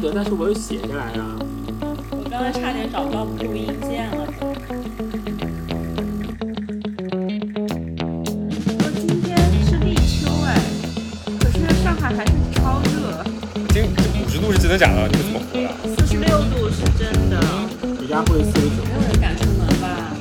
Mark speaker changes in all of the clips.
Speaker 1: 格，但是我有写下来啊。
Speaker 2: 我刚才差点找不到录音键了。
Speaker 3: 我今天是立秋哎，可是上海还是超热，
Speaker 4: 这这五十度是真的假的？你们怎么活的？啊
Speaker 3: 四十六度是真的。
Speaker 1: 李佳慧四十九，
Speaker 2: 没有人敢出门吧？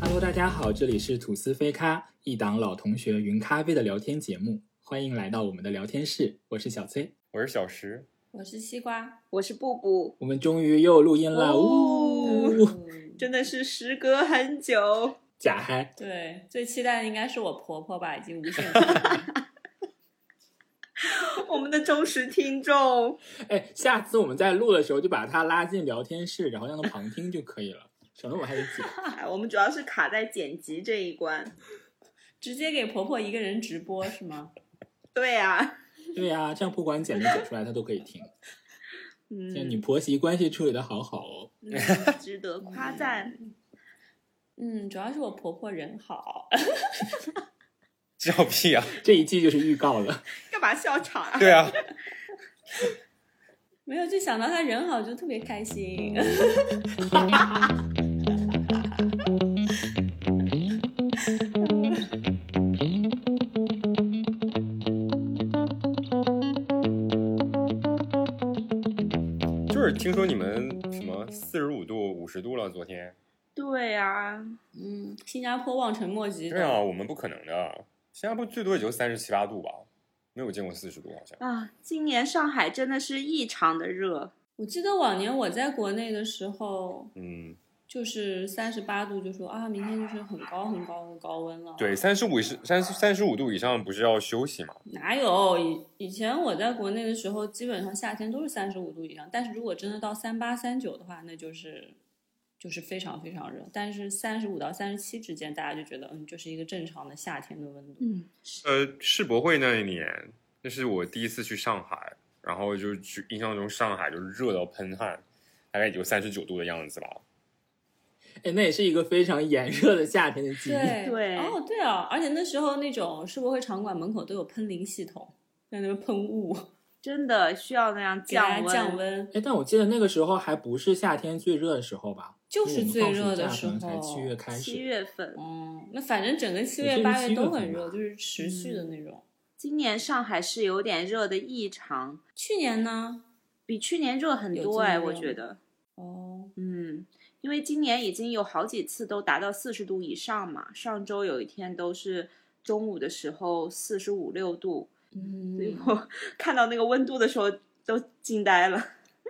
Speaker 1: Hello，大家好，这里是吐司飞咖，一档老同学云咖啡的聊天节目，欢迎来到我们的聊天室，我是小崔。
Speaker 4: 我是小石，
Speaker 2: 我是西瓜，
Speaker 3: 我是布布，
Speaker 1: 我们终于又录音了，呜、
Speaker 2: 嗯
Speaker 3: 真的是时隔很久。
Speaker 1: 假嗨！
Speaker 2: 对，最期待的应该是我婆婆吧，已经无限期了
Speaker 3: 我们的忠实听众，
Speaker 1: 哎，下次我们在录的时候就把他拉进聊天室，然后让他旁听就可以了， 省得我还得剪。
Speaker 3: 哎，我们主要是卡在剪辑这一关。
Speaker 2: 直接给婆婆一个人直播是吗？
Speaker 3: 对啊，
Speaker 1: 对呀、这样不管剪没剪出来，他都可以听。这样你
Speaker 3: 嗯，
Speaker 1: 婆媳关系处理的好好哦。
Speaker 3: 值得夸赞。
Speaker 2: 嗯，主要是我婆婆人好，
Speaker 4: 笑屁啊！
Speaker 1: 这一季就是预告了，
Speaker 3: 干嘛笑场啊？
Speaker 4: 对啊，
Speaker 2: 没有就想到她人好就特别开心。
Speaker 4: 就是听说你们什么四十五度、五十度了，昨天。
Speaker 3: 对啊，
Speaker 2: 嗯，新加坡望尘莫及
Speaker 4: 对
Speaker 2: 的。
Speaker 4: 啊，我们不可能的，新加坡啊最多也就三十七八度吧，没有见过四十度好像。
Speaker 3: 啊，今年上海真的是异常的热。
Speaker 2: 我记得往年我在国内的时候，
Speaker 4: 嗯，
Speaker 2: 就是三十八度，就说啊，明天就是很高很高的高温了。
Speaker 4: 对，三十五是三三十五度以上不是要休息吗？
Speaker 2: 哪有以以前我在国内的时候，基本上夏天都是三十五度以上，但是如果真的到三八三九的话，那就是就是非常非常热。但是三十五到三十七之间，大家就觉得嗯，就是一个正常的夏天的温度。
Speaker 3: 嗯，
Speaker 4: 呃，世博会那一年，那是我第一次去上海，然后就去印象中上海就是热到喷汗，大概也就三十九度的样子吧。
Speaker 1: 哎，那也是一个非常炎热的夏天的季节。
Speaker 2: 对
Speaker 3: 对
Speaker 2: 哦对啊，而且那时候那种世博会场馆门口都有喷淋系统，在那边喷雾
Speaker 3: 真的需要那样
Speaker 2: 给大
Speaker 3: 降
Speaker 2: 家
Speaker 3: 温。
Speaker 2: 降温，
Speaker 1: 哎，但我记得那个时候还不是夏天最热的时候吧？
Speaker 2: 就是最热的时
Speaker 1: 因为我们放暑假可能才
Speaker 2: 候。
Speaker 1: 七月开始。
Speaker 3: 七月份，
Speaker 2: 嗯，那反正整个七
Speaker 1: 也
Speaker 2: 月
Speaker 1: 就是
Speaker 2: 八月
Speaker 1: 七月
Speaker 2: 都
Speaker 1: 份
Speaker 2: 很热，
Speaker 1: 吧
Speaker 2: 就是持续
Speaker 3: 嗯
Speaker 2: 的那种。
Speaker 3: 今年上海是有点热的异常，
Speaker 2: 去年呢？
Speaker 3: 比去年热很
Speaker 2: 有
Speaker 3: 多
Speaker 2: 这么
Speaker 3: 哎，
Speaker 2: 热
Speaker 3: 我
Speaker 2: 吗
Speaker 3: 觉得，
Speaker 2: 哦，
Speaker 3: 嗯，因为今年已经有好几次都达到四十度以上嘛，上周有一天都是中午的时候四十五六度，
Speaker 2: 嗯
Speaker 3: 所以我 看到那个温度的时候都惊呆了。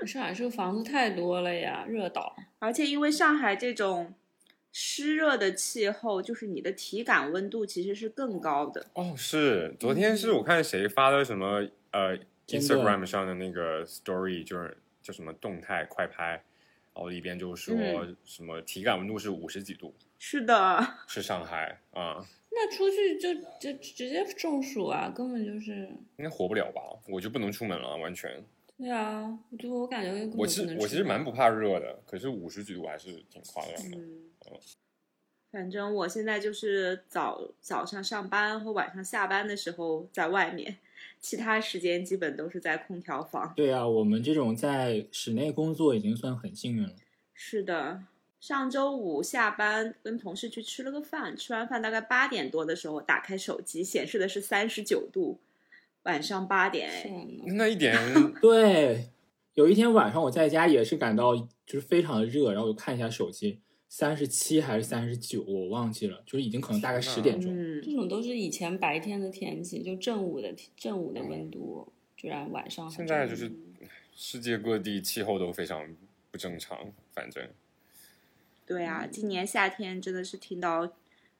Speaker 2: 上海这个房子太多了呀，热岛。
Speaker 3: 而且因为上海这种湿热的气候，就是你的体感温度其实是更高的，
Speaker 4: 哦，是昨天
Speaker 2: 嗯
Speaker 4: 是我看谁发的什么呃
Speaker 1: 真的
Speaker 4: Instagram 上的那个 story，就是叫什么动态快拍，然后里边就说
Speaker 3: 嗯
Speaker 4: 什么体感温度是五十几度，
Speaker 3: 是的，
Speaker 4: 是上海啊、
Speaker 2: 那出去就就直接中暑啊，根本就是。
Speaker 4: 应该活不了吧？我就不能出门了，完全。
Speaker 2: 对啊，我就我感觉根本
Speaker 4: 我
Speaker 2: 不
Speaker 4: 其实
Speaker 2: 能
Speaker 4: 我
Speaker 2: 出
Speaker 4: 其实
Speaker 2: 门
Speaker 4: 蛮不怕热的，可是五十几度还是挺夸张的。
Speaker 3: 嗯， 反正我现在就是早早上上班和晚上下班的时候在外面，其他时间基本都是在空调房。
Speaker 1: 对啊，我们这种在室内工作已经算很幸运了。
Speaker 3: 是的，上周五下班跟同事去吃了个饭，吃完饭大概八点多的时候，我打开手机显示的是三十九度，晚上八点
Speaker 2: 这
Speaker 3: 哎，
Speaker 2: 种的
Speaker 4: 那 一点
Speaker 1: 对，有一天晚上我在家也是感到就是非常的热，然后我就看一下手机，三十七还是三十九，我忘记了，就是已经可能大概
Speaker 4: 天
Speaker 1: 十
Speaker 4: 呐
Speaker 1: 点钟。
Speaker 3: 嗯
Speaker 2: 这，种都是以前白天的天气，就正午的天正午的温度，居然晚上很
Speaker 4: 现在
Speaker 2: 正
Speaker 4: 就是
Speaker 2: 午
Speaker 4: 世界各地气候都非常不正常，反正
Speaker 3: 对啊，今年夏天真的是听到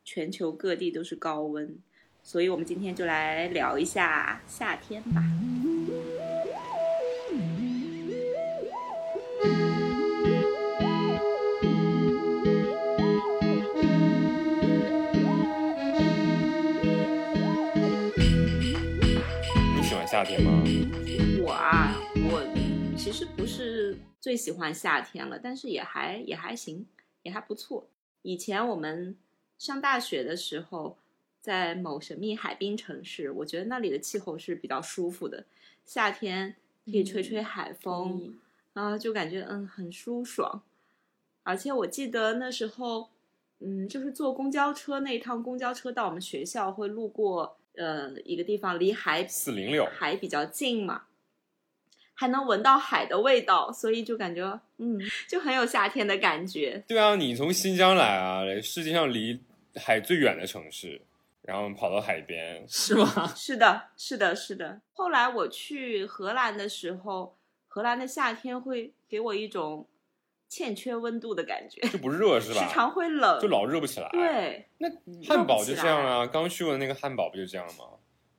Speaker 3: 全球各地都是高温，所以我们今天就来聊一下夏天吧。
Speaker 4: 你喜欢夏天吗？
Speaker 3: 我啊，我其实不是最喜欢夏天了，但是也还也还行，也还不错。以前我们上大学的时候，在某神秘海滨城市，我觉得那里的气候是比较舒服的，夏天可以吹吹海风，
Speaker 2: 嗯
Speaker 3: 啊，就感觉嗯很舒爽。而且我记得那时候，嗯，就是坐公交车那一趟公交车到我们学校会路过呃一个地方，离海
Speaker 4: 四零六，
Speaker 3: 海比较近嘛，还能闻到海的味道，所以就感觉嗯就很有夏天的感觉。
Speaker 4: 对啊，你从新疆来啊，世界上离海最远的城市，然后跑到海边，
Speaker 1: 是吗？
Speaker 3: 是的，是的，是的。后来我去荷兰的时候，荷兰的夏天会给我一种欠缺温度的感觉，
Speaker 4: 就不热是
Speaker 3: 时
Speaker 4: 吧？
Speaker 3: 常会冷。
Speaker 4: 就老热不起来。，
Speaker 3: 对，
Speaker 4: 那汉堡就这样啊，刚去过的那个汉堡不就这样吗？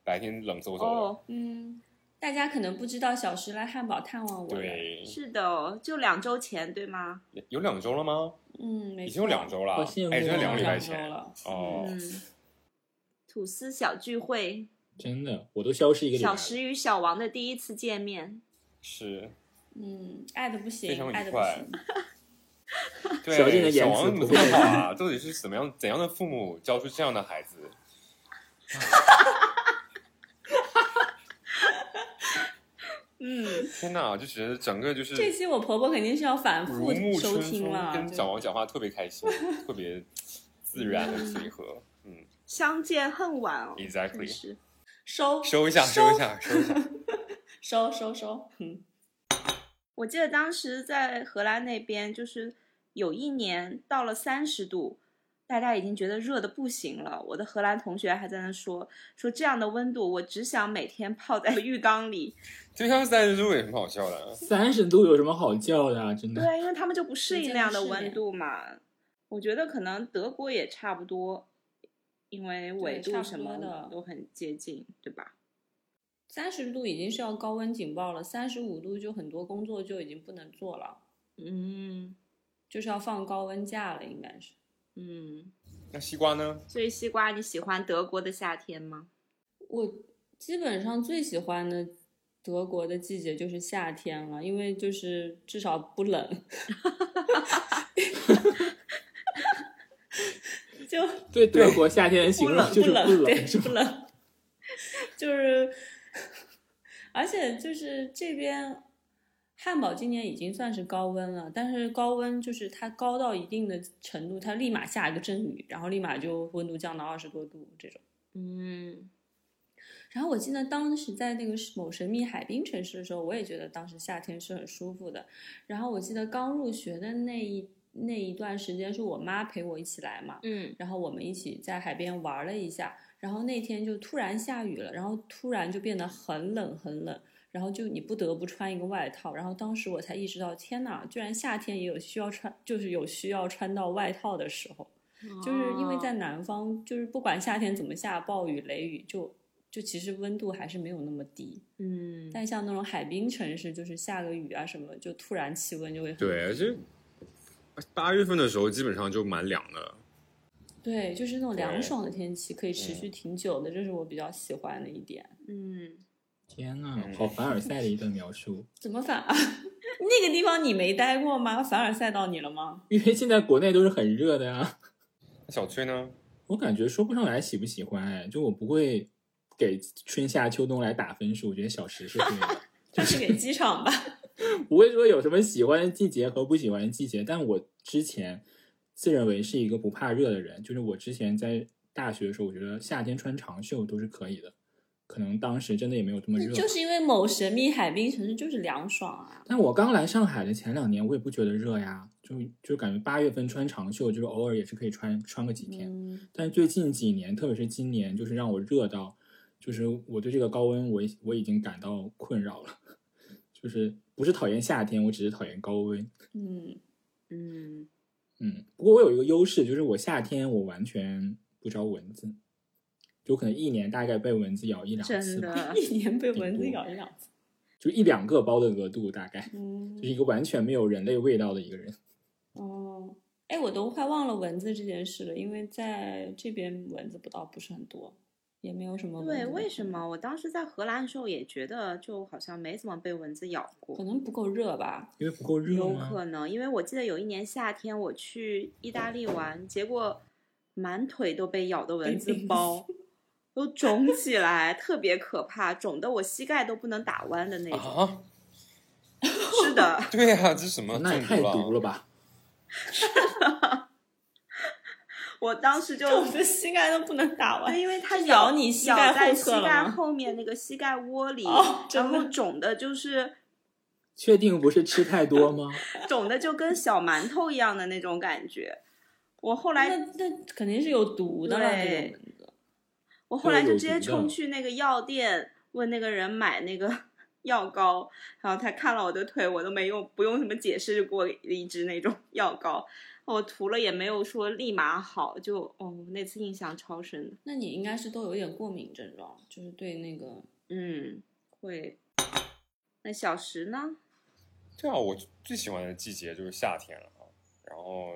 Speaker 4: 白天冷飕飕的，
Speaker 3: 哦，
Speaker 2: 嗯，大家可能不知道，小时来汉堡探望我了。
Speaker 4: 对，
Speaker 3: 是的哦，就两周前对吗？
Speaker 4: 有两周了吗？
Speaker 2: 嗯，没
Speaker 4: 已
Speaker 2: 错
Speaker 4: 经有两周了，
Speaker 1: 好羡慕啊
Speaker 4: 哎，真的两
Speaker 2: 两
Speaker 4: 个礼
Speaker 2: 周
Speaker 4: 拜前。
Speaker 2: 了。
Speaker 4: 哦，
Speaker 3: 嗯，吐司小聚会，
Speaker 1: 真的，我都消失一个礼拜
Speaker 3: 小
Speaker 1: 了。
Speaker 3: 石与小王的第一次见面，
Speaker 4: 是，
Speaker 2: 嗯，爱的不
Speaker 4: 非
Speaker 2: 行，
Speaker 4: 常愉
Speaker 2: 爱的不
Speaker 4: 快
Speaker 2: 行。
Speaker 4: 对，
Speaker 1: 小静的
Speaker 4: 小
Speaker 1: 言
Speaker 4: 王
Speaker 1: 辞
Speaker 4: 怎么
Speaker 1: 不
Speaker 4: 这么好啊？ 到底是怎么样怎样的父母教出这样的孩 子？
Speaker 3: 嗯，
Speaker 4: 天哪，就觉得整个就是
Speaker 2: 这期我婆婆肯定是要反
Speaker 4: 如
Speaker 2: 复
Speaker 4: 沐
Speaker 2: 收
Speaker 4: 春
Speaker 2: 听
Speaker 4: 风，
Speaker 2: 了。
Speaker 4: 跟
Speaker 2: 对
Speaker 4: 小王讲话特别 开心，特别自然的随和。嗯
Speaker 3: 相见恨晚哦真
Speaker 4: ，exactly，
Speaker 3: 是
Speaker 2: 收
Speaker 4: 收一下，收一下，收一下。
Speaker 2: 收收收，嗯，
Speaker 3: 我记得当时在荷兰那边，就是有一年到了三十度，大家已经觉得热的不行了。我的荷兰同学还在那说说这样的温度，我只想每天泡在浴缸里。
Speaker 4: 就像三十度有什么好笑的啊？
Speaker 1: 三十度有什么好叫的啊？真的，
Speaker 3: 对，因为他们就不适应那样的温度嘛。我觉得可能德国也差不多，因为纬
Speaker 2: 对差
Speaker 3: 度
Speaker 2: 不
Speaker 3: 什
Speaker 2: 多
Speaker 3: 么
Speaker 2: 的
Speaker 3: 都很接近，对吧？
Speaker 2: 三十度已经是要高温警报了，三十五度就很多工作就已经不能做了，
Speaker 3: 嗯
Speaker 2: 就是要放高温假了，应该是。
Speaker 3: 嗯。
Speaker 4: 那西瓜呢？
Speaker 3: 所以西瓜，你喜欢德国的夏天吗？
Speaker 2: 我基本上最喜欢的德国的季节就是夏天了，因为就是至少不冷。就
Speaker 1: 对德国夏天的
Speaker 2: 不
Speaker 1: 形容
Speaker 2: 冷
Speaker 1: 就是
Speaker 2: 冷，对，
Speaker 1: 是
Speaker 2: 不
Speaker 1: 吧？
Speaker 2: 冷，就是，而且就是这边汉堡今年已经算是高温了，但是高温就是它高到一定的程度，它立马下一个阵雨，然后立马就温度降到二十多度这种。
Speaker 3: 嗯，
Speaker 2: 然后我记得当时在那个某神秘海滨城市的时候，我也觉得当时夏天是很舒服的。然后我记得刚入学的那一那一段时间，是我妈陪我一起来嘛，
Speaker 3: 嗯，
Speaker 2: 然后我们一起在海边玩了一下，然后那天就突然下雨了，然后突然就变得很冷很冷，然后就你不得不穿一个外套，然后当时我才意识到，天呐，居然夏天也有需要穿，就是有需要穿到外套的时候，就是因
Speaker 3: 哦
Speaker 2: 为在南方，就是不管夏天怎么下暴雨雷雨，就就其实温度还是没有那么低，
Speaker 3: 嗯，
Speaker 2: 但像那种海滨城市，就是下个雨啊什么，就突然气温就会很
Speaker 4: 对，就八月份的时候基本上就蛮凉的。
Speaker 2: 对，就是那种凉
Speaker 4: 对
Speaker 2: 爽的天气，可以持
Speaker 4: 嗯
Speaker 2: 续挺久的，这是我比较喜欢的一点。
Speaker 3: 嗯，
Speaker 1: 天呐，好凡尔赛的一段描述。
Speaker 2: 怎么反啊？ 那个地方你没待过吗？凡尔赛到你了 吗？
Speaker 1: 因为现在国内都是很热的呀，
Speaker 4: 小崔呢？
Speaker 1: 我感觉说不上来喜不喜欢，哎，就我不会给春夏秋冬来打分数，我觉得小时是对的。
Speaker 2: 那是给机场吧？
Speaker 1: 不会说有什么喜欢的季节和不喜欢的季节，但我之前自认为是一个不怕热的人，就是我之前在大学的时候，我觉得夏天穿长袖都是可以的，可能当时真的也没有这么热吧。
Speaker 2: 就是因为某神秘海滨城市就是凉爽啊。
Speaker 1: 但我刚来上海的前两年，我也不觉得热呀，就就感觉八月份穿长袖，就是偶尔也是可以穿穿个几天。
Speaker 2: 嗯，
Speaker 1: 但是最近几年，特别是今年，就是让我热到，就是我对这个高温我已，我已经感到困扰了。 就是不是讨厌夏天，我只是讨厌高温。
Speaker 2: 嗯，
Speaker 3: 嗯，
Speaker 1: 嗯，不过我有一个优势，就是我夏天我完全不招蚊子，就可能一年大概被蚊子咬一两次
Speaker 3: 真
Speaker 1: 吧，
Speaker 3: 的，
Speaker 2: 嗯一年被蚊子咬一两次。
Speaker 1: 就一两个包的额度大概，
Speaker 2: 嗯
Speaker 1: 就是，一个完全没有人类味道的一个人。
Speaker 2: 哦，哎，我都快忘了蚊子这件事了，因为在这边蚊子不倒不是很多，也没有什么蚊子
Speaker 3: 对，
Speaker 2: 的
Speaker 3: 为
Speaker 2: 感
Speaker 3: 什
Speaker 2: 觉？
Speaker 3: 么我当时在荷兰的时候也觉得，就好像没怎么被蚊子咬
Speaker 2: 可
Speaker 3: 过，
Speaker 2: 能不够热吧。
Speaker 1: 因为不够热
Speaker 3: 有
Speaker 1: 吗？
Speaker 3: 可能，因为我记得有一年夏天我去意大利玩，结果
Speaker 5: 满腿都被咬的蚊子包，都肿起来，特别可怕，肿的我膝盖都不能打弯的那
Speaker 2: 哦
Speaker 5: 种。
Speaker 4: 啊，
Speaker 5: 是的，
Speaker 4: 对啊，这什么
Speaker 1: 哦那也
Speaker 4: 中
Speaker 1: 太毒
Speaker 4: 了？
Speaker 1: 了吧！
Speaker 5: 我当时 就
Speaker 2: 肿的膝盖都不能打
Speaker 5: 对，
Speaker 3: 哎
Speaker 2: 完。
Speaker 5: 因为它
Speaker 2: 是
Speaker 5: 咬
Speaker 2: 咬你膝
Speaker 5: 咬
Speaker 2: 盖
Speaker 5: 在
Speaker 2: 后
Speaker 5: 膝
Speaker 2: 侧了
Speaker 5: 盖
Speaker 2: 吗
Speaker 5: 后面那个膝盖窝里，
Speaker 2: 哦真
Speaker 5: 然后
Speaker 2: 的
Speaker 5: 肿的就是
Speaker 1: 确定不是吃太多 吗？
Speaker 5: 肿的就跟小馒头一样的那种感觉。我后
Speaker 2: 那
Speaker 5: 来
Speaker 2: 那肯定是有毒的了，那
Speaker 5: 对
Speaker 2: 种蚊子
Speaker 5: 我后来就
Speaker 1: 有
Speaker 5: 直接
Speaker 1: 毒的
Speaker 5: 冲去那个药店问那个人买那个 药膏，然后他看了我的腿，我都没用不用什么解释就给我一支那种 药膏，我涂了也没有说立马好，就哦那次印象超深的，
Speaker 2: 那你应该是都有一点过敏症状，就是对那个
Speaker 5: 嗯，会。那小石呢？
Speaker 4: 对啊，我最喜欢的季节就是夏天了啊。然后，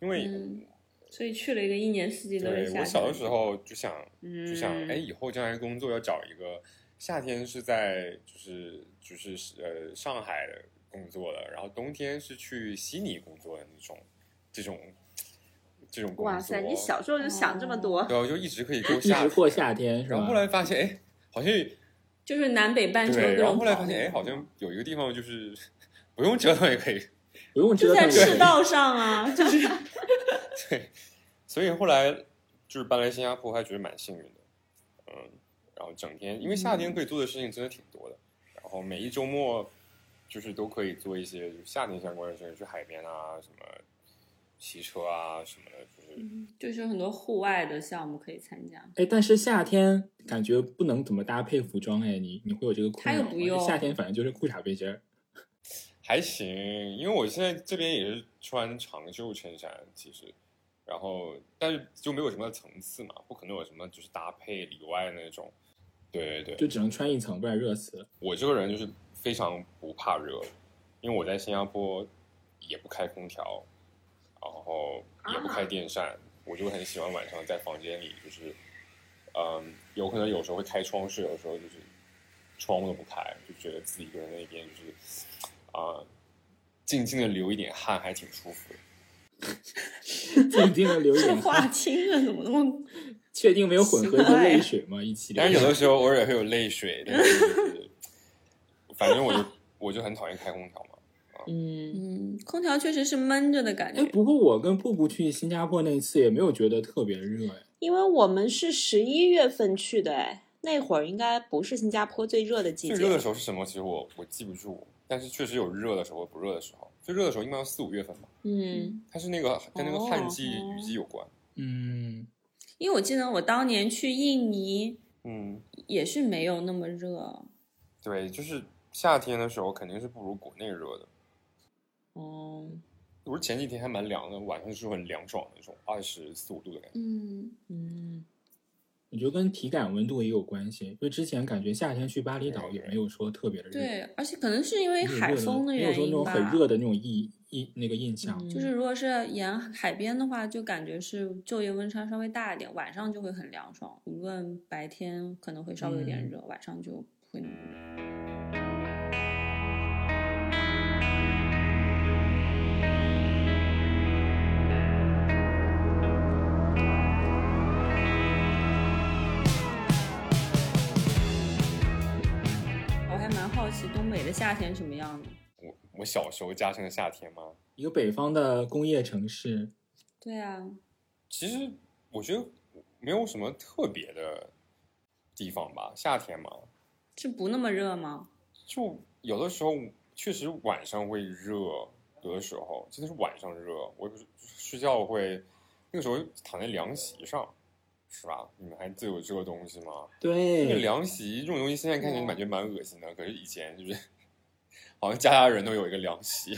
Speaker 4: 因为、
Speaker 2: 嗯所以去了一个一年四季都
Speaker 4: 对
Speaker 2: 是夏天。
Speaker 4: 我小的时候就想，
Speaker 5: 嗯，
Speaker 4: 就想哎，以后将来工作要找一个夏天是在就是就是呃上海的工作的，然后冬天是去悉尼工作的那种，这种这种工作。
Speaker 5: 哇塞，你小时候就想这么多，
Speaker 4: 对啊，我就一直可以过
Speaker 1: 一
Speaker 4: 夏
Speaker 1: 直
Speaker 4: 天，
Speaker 1: 过夏天是
Speaker 4: 然
Speaker 1: 吧？
Speaker 4: 后后来发现哎，好像
Speaker 2: 就是南北半球
Speaker 4: 对，
Speaker 2: 各
Speaker 4: 然后
Speaker 2: 种
Speaker 4: 后来
Speaker 2: 跑
Speaker 4: 发现哎，好像有一个地方就是 不用折腾也可以
Speaker 1: 不用
Speaker 2: 就
Speaker 1: 折腾
Speaker 2: 在
Speaker 1: 了，
Speaker 2: 赤道上啊，就是
Speaker 4: 对，所以后来就是搬来新加坡，还觉得蛮幸运的。嗯，然后整天因为夏天可以做的事情真的挺多的，然后每一周末就是都可以做一些就是夏天相关的事情，去海边啊，什么骑车啊什么的，就是
Speaker 2: 就是有很多户外的项目可以参加。
Speaker 1: 哎，但是夏天感觉不能怎么搭配服装哎，你你会有这个困
Speaker 2: 它又
Speaker 1: 扰吗？
Speaker 2: 不用
Speaker 1: 夏天反正就是裤衩背心儿，
Speaker 4: 还行。因为我现在这边也是穿长袖衬衫，其实。然后，但是就没有什么层次嘛，不可能有什么就是搭配里外那种，对对对，
Speaker 1: 就只能穿一层，不然热 死了。
Speaker 4: 我这个人就是非常不怕热，因为我在新加坡也不开空调，然后也不开电扇，我就很喜欢晚上在房间里，就是，嗯，有可能有时候会开窗睡，有时候就是窗户都不开，就觉得自己一个人在那边就是啊、静静的流一点汗，还挺舒服的。
Speaker 1: 静静的流一
Speaker 2: 这
Speaker 1: 点
Speaker 2: 话
Speaker 1: 汗，
Speaker 2: 听着怎么那么……
Speaker 1: 确定没有混合一
Speaker 2: 奇
Speaker 1: 些
Speaker 2: 怪
Speaker 1: 泪水吗？一起流
Speaker 4: 但是有的时候偶尔会有泪水，但是就是反正我就我就很讨厌开空调嘛。
Speaker 1: 嗯。
Speaker 2: 嗯，空调确实是闷着的感
Speaker 1: 哎，
Speaker 2: 觉。
Speaker 1: 不过我跟布布去新加坡那次也没有觉得特别热哎，
Speaker 3: 因为我们是十一月份去的，哎，那会儿应该不是新加坡最热的季
Speaker 4: 最
Speaker 3: 节。
Speaker 4: 热的时候是什么？其实我我记不住，但是确实有热的时候和不热的时候。最热的时候应该要四五月份吧，
Speaker 3: 嗯，
Speaker 4: 它是那个跟那个旱季、
Speaker 3: 哦
Speaker 4: 雨季有关。
Speaker 1: 嗯，
Speaker 2: 因为我记得我当年去印尼
Speaker 4: 嗯，
Speaker 2: 也是没有那么热，
Speaker 4: 对，就是夏天的时候肯定是不如国内热的。
Speaker 3: 哦，
Speaker 4: 我是前几天还蛮凉的，晚上是很凉爽的那种，二十四五度的感觉。
Speaker 2: 嗯，
Speaker 3: 嗯，
Speaker 1: 我觉得跟体感温度也有关系，因为之前感觉夏天去巴厘岛也没有说特别的热，
Speaker 2: 对，而且可能是因为
Speaker 1: 没有热的，
Speaker 2: 海风的
Speaker 1: 没有
Speaker 2: 原
Speaker 1: 说那
Speaker 2: 因
Speaker 1: 种
Speaker 2: 吧。嗯
Speaker 1: 很热的那种印印那个印象，
Speaker 2: 就是如果是沿海边的话，就感觉是昼夜温差稍微大一点，晚上就会很凉爽。无论白天可能会稍微有点
Speaker 1: 嗯
Speaker 2: 热，晚上就不会那么热。我还蛮好奇东北的夏天什么样的。
Speaker 4: 我我小时候家乡的夏天嘛，
Speaker 1: 一个北方的工业城市，
Speaker 2: 对啊，
Speaker 4: 其实我觉得没有什么特别的地方吧。夏天嘛，
Speaker 2: 是不那么热吗？
Speaker 4: 就有的时候确实晚上会热，有的时候真的是晚上热。我也不是睡觉会，那个时候躺在凉席上，是吧？你们还记得有这个东西吗？那个
Speaker 1: 对，
Speaker 4: 凉席这种东西，现在看起来感觉蛮恶心的，可是以前就是 好像家家人都有一个凉席。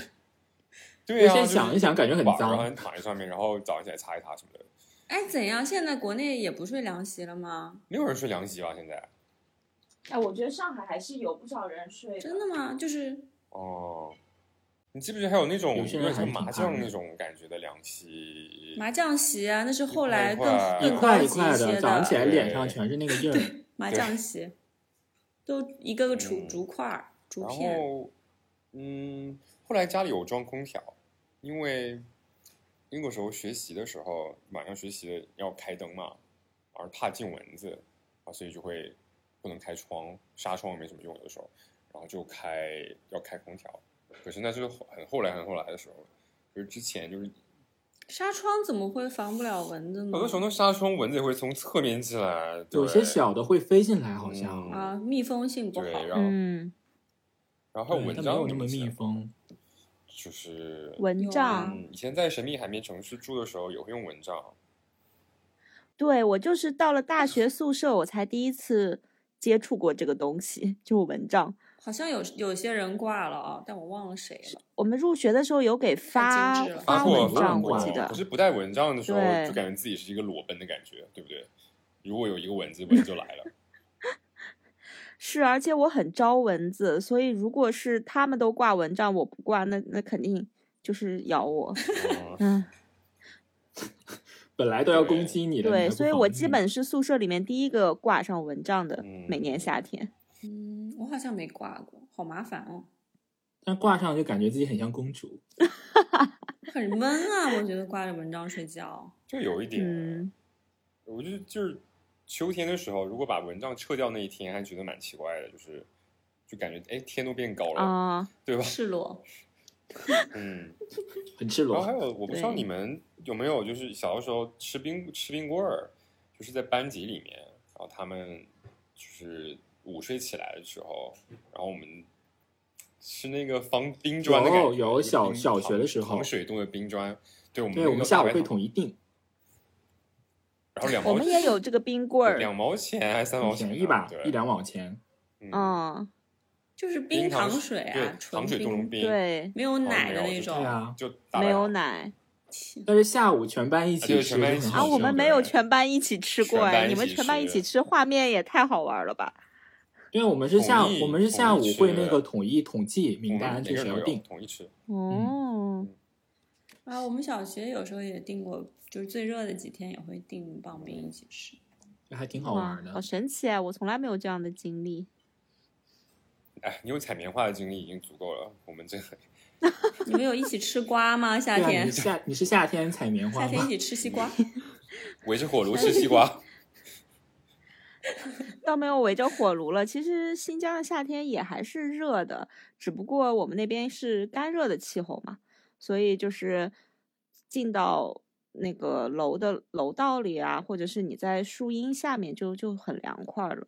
Speaker 4: 对呀、啊
Speaker 1: 我现在想一想感觉很
Speaker 4: 晚
Speaker 1: 脏
Speaker 4: 上还躺在上面，然后早上起来擦一擦什么的。
Speaker 2: 哎，怎样？现在国内也不睡凉席了吗？
Speaker 4: 没有人睡凉席吧？现在？
Speaker 3: 哎，我觉得上海还是有不少人睡
Speaker 2: 真的吗？就是
Speaker 4: 哦，你记不记得还有那种
Speaker 1: 有
Speaker 4: 有
Speaker 1: 些人
Speaker 4: 点
Speaker 1: 还
Speaker 4: 像
Speaker 1: 挺
Speaker 4: 麻
Speaker 1: 怕
Speaker 4: 将
Speaker 1: 热
Speaker 4: 那种感觉的凉席？
Speaker 2: 麻将席啊，那是后
Speaker 4: 一块
Speaker 2: 来
Speaker 4: 一
Speaker 2: 更
Speaker 4: 块
Speaker 1: 一
Speaker 2: 更
Speaker 1: 块
Speaker 2: 高
Speaker 1: 一
Speaker 2: 级
Speaker 1: 块
Speaker 2: 些
Speaker 1: 的，早上起来
Speaker 4: 对
Speaker 1: 脸上全是那个印儿。
Speaker 2: 麻
Speaker 4: 对
Speaker 2: 将席，都一个个竹
Speaker 4: 嗯
Speaker 2: 竹块儿、竹
Speaker 4: 然
Speaker 2: 片。
Speaker 4: 后，嗯，后来家里有装空调，因为英国时候学习的时候，马上学习了要开灯嘛，而怕进蚊子啊，所以就会不能开窗，纱窗也没什么用的时候，然后就开要开空调。可是那是很后来很后来的时候，就是之前就是
Speaker 2: 纱窗怎么会防不了蚊子呢？
Speaker 4: 很多时候那纱窗蚊子也会从侧面进来，对
Speaker 1: 有些小的会飞进来，好像。
Speaker 4: 嗯
Speaker 2: 啊，密封性不好。
Speaker 4: 对，然后、
Speaker 3: 嗯，
Speaker 4: 然后
Speaker 1: 对
Speaker 4: 还有蚊
Speaker 1: 嗯它
Speaker 4: 帐
Speaker 1: 没有那
Speaker 4: 你
Speaker 1: 么
Speaker 4: 们记得
Speaker 1: 密
Speaker 4: 吗，
Speaker 1: 封，
Speaker 4: 就是
Speaker 3: 蚊
Speaker 2: 帐
Speaker 3: 帐，
Speaker 4: 嗯，以前在神秘海绵城市住的时候也会用蚊帐，
Speaker 3: 对我就是到了大学宿舍，我才第一次接触过这个东西，就是蚊帐。
Speaker 2: 好像有有些人挂了啊，但我忘了谁了。
Speaker 3: 我们入学的时候有给
Speaker 2: 太
Speaker 3: 发
Speaker 2: 精致了
Speaker 4: 发
Speaker 3: 发
Speaker 4: 过
Speaker 3: 啊蚊
Speaker 4: 发
Speaker 3: 帐，
Speaker 1: 过
Speaker 3: 我记
Speaker 4: 过，
Speaker 3: 得
Speaker 4: 可。是不带蚊帐的时候，
Speaker 3: 对
Speaker 4: 就感觉自己是一个裸奔的感觉，对不对？如果有一个蚊子，蚊子就来 了。
Speaker 3: 是，而且我很招蚊子，所以如果是他们都挂蚊帐，我不挂，那那肯定就是咬 我。
Speaker 4: 嗯
Speaker 3: 嗯，
Speaker 1: 本来都要
Speaker 4: 对
Speaker 1: 攻击你的，你还
Speaker 3: 对，
Speaker 1: 不
Speaker 3: 所以
Speaker 1: 防
Speaker 3: 我
Speaker 1: 御
Speaker 3: 基本是宿舍里面第一个挂上蚊帐的，每年
Speaker 4: 嗯
Speaker 3: 夏天。
Speaker 2: 嗯，我好像没挂过，好麻烦哦，
Speaker 1: 但挂上就感觉自己很像公主。
Speaker 2: 很闷啊。我觉得挂着蚊帐睡觉，
Speaker 4: 就有一点，
Speaker 3: 嗯，
Speaker 4: 我就就是秋天的时候，如果把蚊帐撤掉那一天，还觉得蛮奇怪的，就是就感觉哎天都变高了，
Speaker 3: 啊，
Speaker 4: 对吧？
Speaker 2: 赤裸。
Speaker 4: 嗯，
Speaker 1: 很赤
Speaker 4: 然后还
Speaker 1: 裸，
Speaker 4: 有，我不知道
Speaker 3: 对
Speaker 4: 你们有没有，就是小的时候吃冰吃冰棍儿，就是在班级里面，然后他们就是午睡起来的时候，然后我们吃那个防冰砖的感觉，
Speaker 1: 有有
Speaker 4: 就是
Speaker 1: 小
Speaker 4: 冰
Speaker 1: 小
Speaker 4: 糖
Speaker 1: 学的时候
Speaker 4: 糖水冻的冰砖，对我们
Speaker 1: 对
Speaker 4: 那
Speaker 1: 我们
Speaker 4: 个
Speaker 1: 下
Speaker 4: 大
Speaker 1: 午
Speaker 4: 白
Speaker 1: 会
Speaker 4: 糖，
Speaker 1: 统一定，
Speaker 4: 然后两毛
Speaker 3: 我们也有这个冰棍
Speaker 4: 两
Speaker 3: 儿，
Speaker 4: 毛钱还是三毛钱
Speaker 1: 便
Speaker 4: 呢，
Speaker 1: 宜吧，
Speaker 4: 嗯对，
Speaker 1: 一两毛钱。
Speaker 4: 嗯，
Speaker 3: 嗯，
Speaker 2: 就是
Speaker 4: 冰
Speaker 2: 糖水
Speaker 4: 水
Speaker 2: 啊，
Speaker 4: 对，
Speaker 2: 纯
Speaker 4: 糖水冻成
Speaker 2: 冰，
Speaker 4: 冰，，
Speaker 3: 对，
Speaker 2: 没有奶的
Speaker 4: 没
Speaker 2: 那
Speaker 4: 有就
Speaker 2: 种。
Speaker 1: 对啊，
Speaker 4: 就大
Speaker 3: 没
Speaker 4: 白
Speaker 3: 有
Speaker 4: 糖
Speaker 3: 奶
Speaker 2: 天
Speaker 1: 但是下午全班一
Speaker 4: 啊对
Speaker 1: 起吃
Speaker 4: 全
Speaker 1: 就
Speaker 4: 班一
Speaker 1: 很
Speaker 4: 起
Speaker 1: 好
Speaker 3: 啊，
Speaker 1: 吃，
Speaker 3: 我
Speaker 4: 吃
Speaker 3: 们没有全班一起吃过
Speaker 4: 全
Speaker 3: 哎，
Speaker 4: 班
Speaker 3: 你
Speaker 4: 一
Speaker 3: 们
Speaker 4: 起
Speaker 3: 全班一
Speaker 4: 吃
Speaker 3: 起吃，画面也太好玩了吧！
Speaker 1: 对啊，我们是
Speaker 4: 统
Speaker 1: 下午
Speaker 4: 一
Speaker 1: 我们是下午
Speaker 4: 统一
Speaker 1: 会
Speaker 4: 吃
Speaker 1: 那个统一统计
Speaker 4: 我
Speaker 1: 名
Speaker 4: 们
Speaker 1: 单，
Speaker 4: 每
Speaker 1: 这
Speaker 4: 个
Speaker 1: 谁要
Speaker 4: 人都有
Speaker 1: 定。
Speaker 4: 统一吃，
Speaker 3: 哦，
Speaker 2: 啊，我们小学有时候也订过，就是最热的几天也会订棒冰一起吃。
Speaker 1: 这还挺好
Speaker 3: 哇
Speaker 1: 玩，的
Speaker 3: 好。神奇啊！我从来没有这样的经历。
Speaker 4: 哎，你有采棉花的经历已经足够了，我们这个。
Speaker 2: 你们有一起吃瓜吗？夏
Speaker 1: 对啊，
Speaker 2: 天
Speaker 1: 你， 夏你是夏天采棉
Speaker 2: 夏
Speaker 1: 花
Speaker 2: 天一
Speaker 1: 吗？
Speaker 2: 起吃西 瓜。
Speaker 4: 围着火 炉吃西瓜，
Speaker 3: 倒没有围着火炉了。其实新疆的夏天也还是热的，只不过我们那边是干热的气候嘛，所以就是进到那个楼的楼道里啊，或者是你在树荫下面就就很凉快了。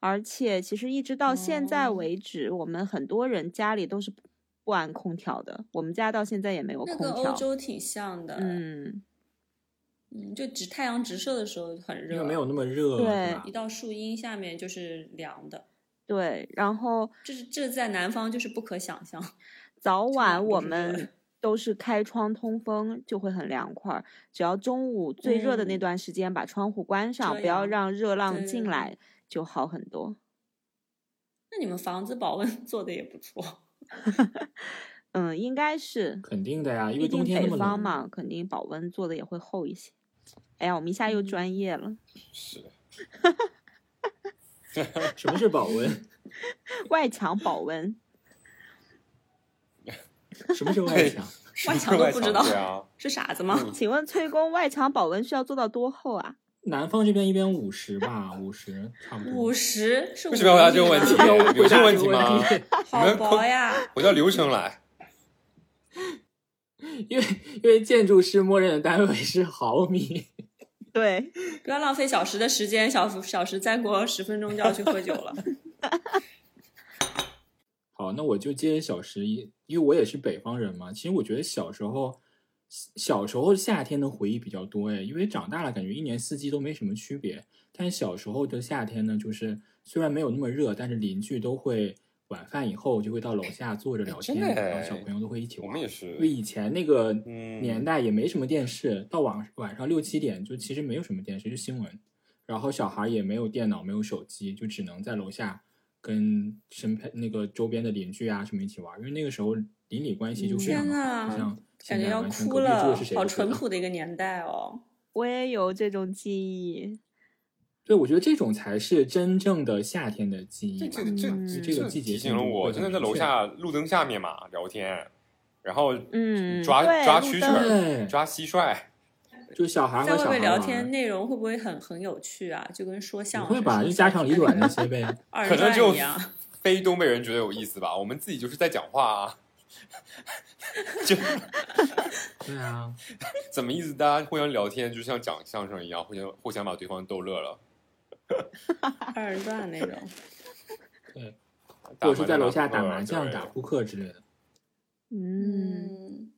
Speaker 3: 而且其实一直到现在
Speaker 2: 哦
Speaker 3: 为止，我们很多人家里都是不不安空调的，我们家到现在也没有
Speaker 2: 那
Speaker 3: 空
Speaker 2: 跟欧
Speaker 3: 调。
Speaker 2: 洲挺像的，
Speaker 3: 嗯，
Speaker 2: 嗯，就直太阳直射的时候很热，
Speaker 1: 因为没有那么热，
Speaker 3: 对
Speaker 1: 是吧
Speaker 2: 一？到树荫下面就是凉的，
Speaker 3: 对，然后
Speaker 2: 这是这在南方就是不可想象。
Speaker 3: 早晚
Speaker 2: 晚不
Speaker 3: 我
Speaker 2: 是热
Speaker 3: 们都是开窗通风，就会很凉快儿。只要中午最热的那
Speaker 2: 嗯
Speaker 3: 段时间把窗户关上，
Speaker 2: 遮
Speaker 3: 不要
Speaker 2: 阳
Speaker 3: 让热浪
Speaker 2: 对
Speaker 3: 进
Speaker 2: 对对
Speaker 3: 来，就好很多。
Speaker 2: 那你们房子保温 做的也不错，
Speaker 3: 嗯，应该是，
Speaker 1: 肯定的呀，因为
Speaker 3: 毕
Speaker 1: 冬
Speaker 3: 竟
Speaker 1: 天那
Speaker 3: 北
Speaker 1: 么
Speaker 3: 方
Speaker 1: 冷。
Speaker 3: 嘛，肯定保温做的也会厚一些。哎呀，我们一下又
Speaker 2: 嗯
Speaker 3: 专业了，
Speaker 4: 是
Speaker 1: 什么是保温？
Speaker 3: 外墙保温。
Speaker 1: 什么是外墙？
Speaker 2: 外墙都不知道
Speaker 4: 对啊，
Speaker 2: 是傻子 吗？
Speaker 3: 请问崔工，外墙保温需要做到多厚啊？
Speaker 1: 南方这边一边五十吧，五十差不
Speaker 2: 五
Speaker 1: 多。
Speaker 2: 十是
Speaker 4: 为什么要回答这个
Speaker 2: 50
Speaker 4: 问题
Speaker 2: 吗？
Speaker 1: 我
Speaker 4: 有
Speaker 1: 回
Speaker 4: 这
Speaker 1: 答
Speaker 4: 问
Speaker 1: 这
Speaker 4: 题
Speaker 1: 个
Speaker 4: 吗？你
Speaker 2: 好
Speaker 4: 们
Speaker 2: 薄呀！
Speaker 4: 回到流程来，
Speaker 1: 因为因为建筑师默认的单位是毫米，
Speaker 3: 对，
Speaker 2: 不要浪费小时的时间，小小时再过十分钟就要去喝酒了。
Speaker 1: 好，那我就接小时一，因为我也是北方人嘛。其实我觉得小时候，小时候夏天的回忆比较多哎，因为长大了感觉一年四季都没什么区别。但是小时候的夏天呢，就是虽然没有那么热，但是邻居都会晚饭以后就会到楼下坐着聊天，
Speaker 4: 真的哎
Speaker 1: 然后小朋友都会一起
Speaker 4: 我
Speaker 1: 玩
Speaker 4: 们。
Speaker 1: 因
Speaker 4: 也
Speaker 1: 为
Speaker 4: 是，
Speaker 1: 以前那个
Speaker 4: 嗯
Speaker 1: 年代也没什么电视，到晚晚上六七点就其实没有什么电视，就新闻。然后小孩也没有电脑，没有手机，就只能在楼下跟身边那个周边的邻居啊什么一起玩，因为那个时候邻里关系就非常
Speaker 2: 嗯天
Speaker 1: 的
Speaker 2: 呐
Speaker 1: 好，不像
Speaker 2: 感
Speaker 1: 现
Speaker 2: 觉
Speaker 1: 在
Speaker 2: 要
Speaker 1: 完全
Speaker 2: 哭
Speaker 1: 隔壁住
Speaker 2: 了
Speaker 1: 的是谁，
Speaker 2: 好
Speaker 1: 都不知道
Speaker 2: 淳朴的一个年代 哦。
Speaker 3: 我也有这种记忆。
Speaker 1: 对，我觉得这种才是真正的夏天的记忆
Speaker 4: 这
Speaker 1: 吧。
Speaker 4: 这这
Speaker 3: 嗯
Speaker 1: 这个季节
Speaker 4: 提
Speaker 1: 性
Speaker 4: 醒了
Speaker 1: 就
Speaker 4: 我，
Speaker 1: 会
Speaker 4: 真的
Speaker 1: 很
Speaker 4: 在
Speaker 1: 明
Speaker 4: 楼
Speaker 1: 确
Speaker 4: 下路灯下面嘛聊天，然后
Speaker 3: 嗯
Speaker 4: 抓
Speaker 3: 对
Speaker 4: 抓
Speaker 3: 路
Speaker 4: 蛐蛐
Speaker 3: 灯
Speaker 4: 儿，
Speaker 1: 对，
Speaker 4: 抓蟋蟀，
Speaker 1: 就小孩儿
Speaker 2: 嗯在
Speaker 1: 和
Speaker 2: 外
Speaker 1: 小孩
Speaker 2: 面
Speaker 1: 儿
Speaker 2: 聊
Speaker 1: 玩
Speaker 2: 天内容会不会很很有趣啊？就跟说相
Speaker 1: 不
Speaker 2: 声、
Speaker 1: 会吧？
Speaker 2: 说
Speaker 1: 就家
Speaker 2: 相
Speaker 1: 长
Speaker 2: 声
Speaker 1: 里 短那些呗。
Speaker 2: 二
Speaker 4: 可能
Speaker 2: 战
Speaker 4: 就
Speaker 2: 一样。
Speaker 4: 非东北人觉得有意思吧？我们自己就是在讲话啊，就
Speaker 1: 对啊，
Speaker 4: 怎么意思？大家互相聊天，就像讲相声一样，互相互相把对方逗乐了。
Speaker 2: 二人转 那种。嗯
Speaker 4: 打
Speaker 1: 或者是
Speaker 4: 麻
Speaker 1: 在
Speaker 4: 将
Speaker 1: 楼下打麻将、
Speaker 4: 打扑克嗯对
Speaker 1: 打扑克之类的，
Speaker 3: 嗯，
Speaker 2: 嗯，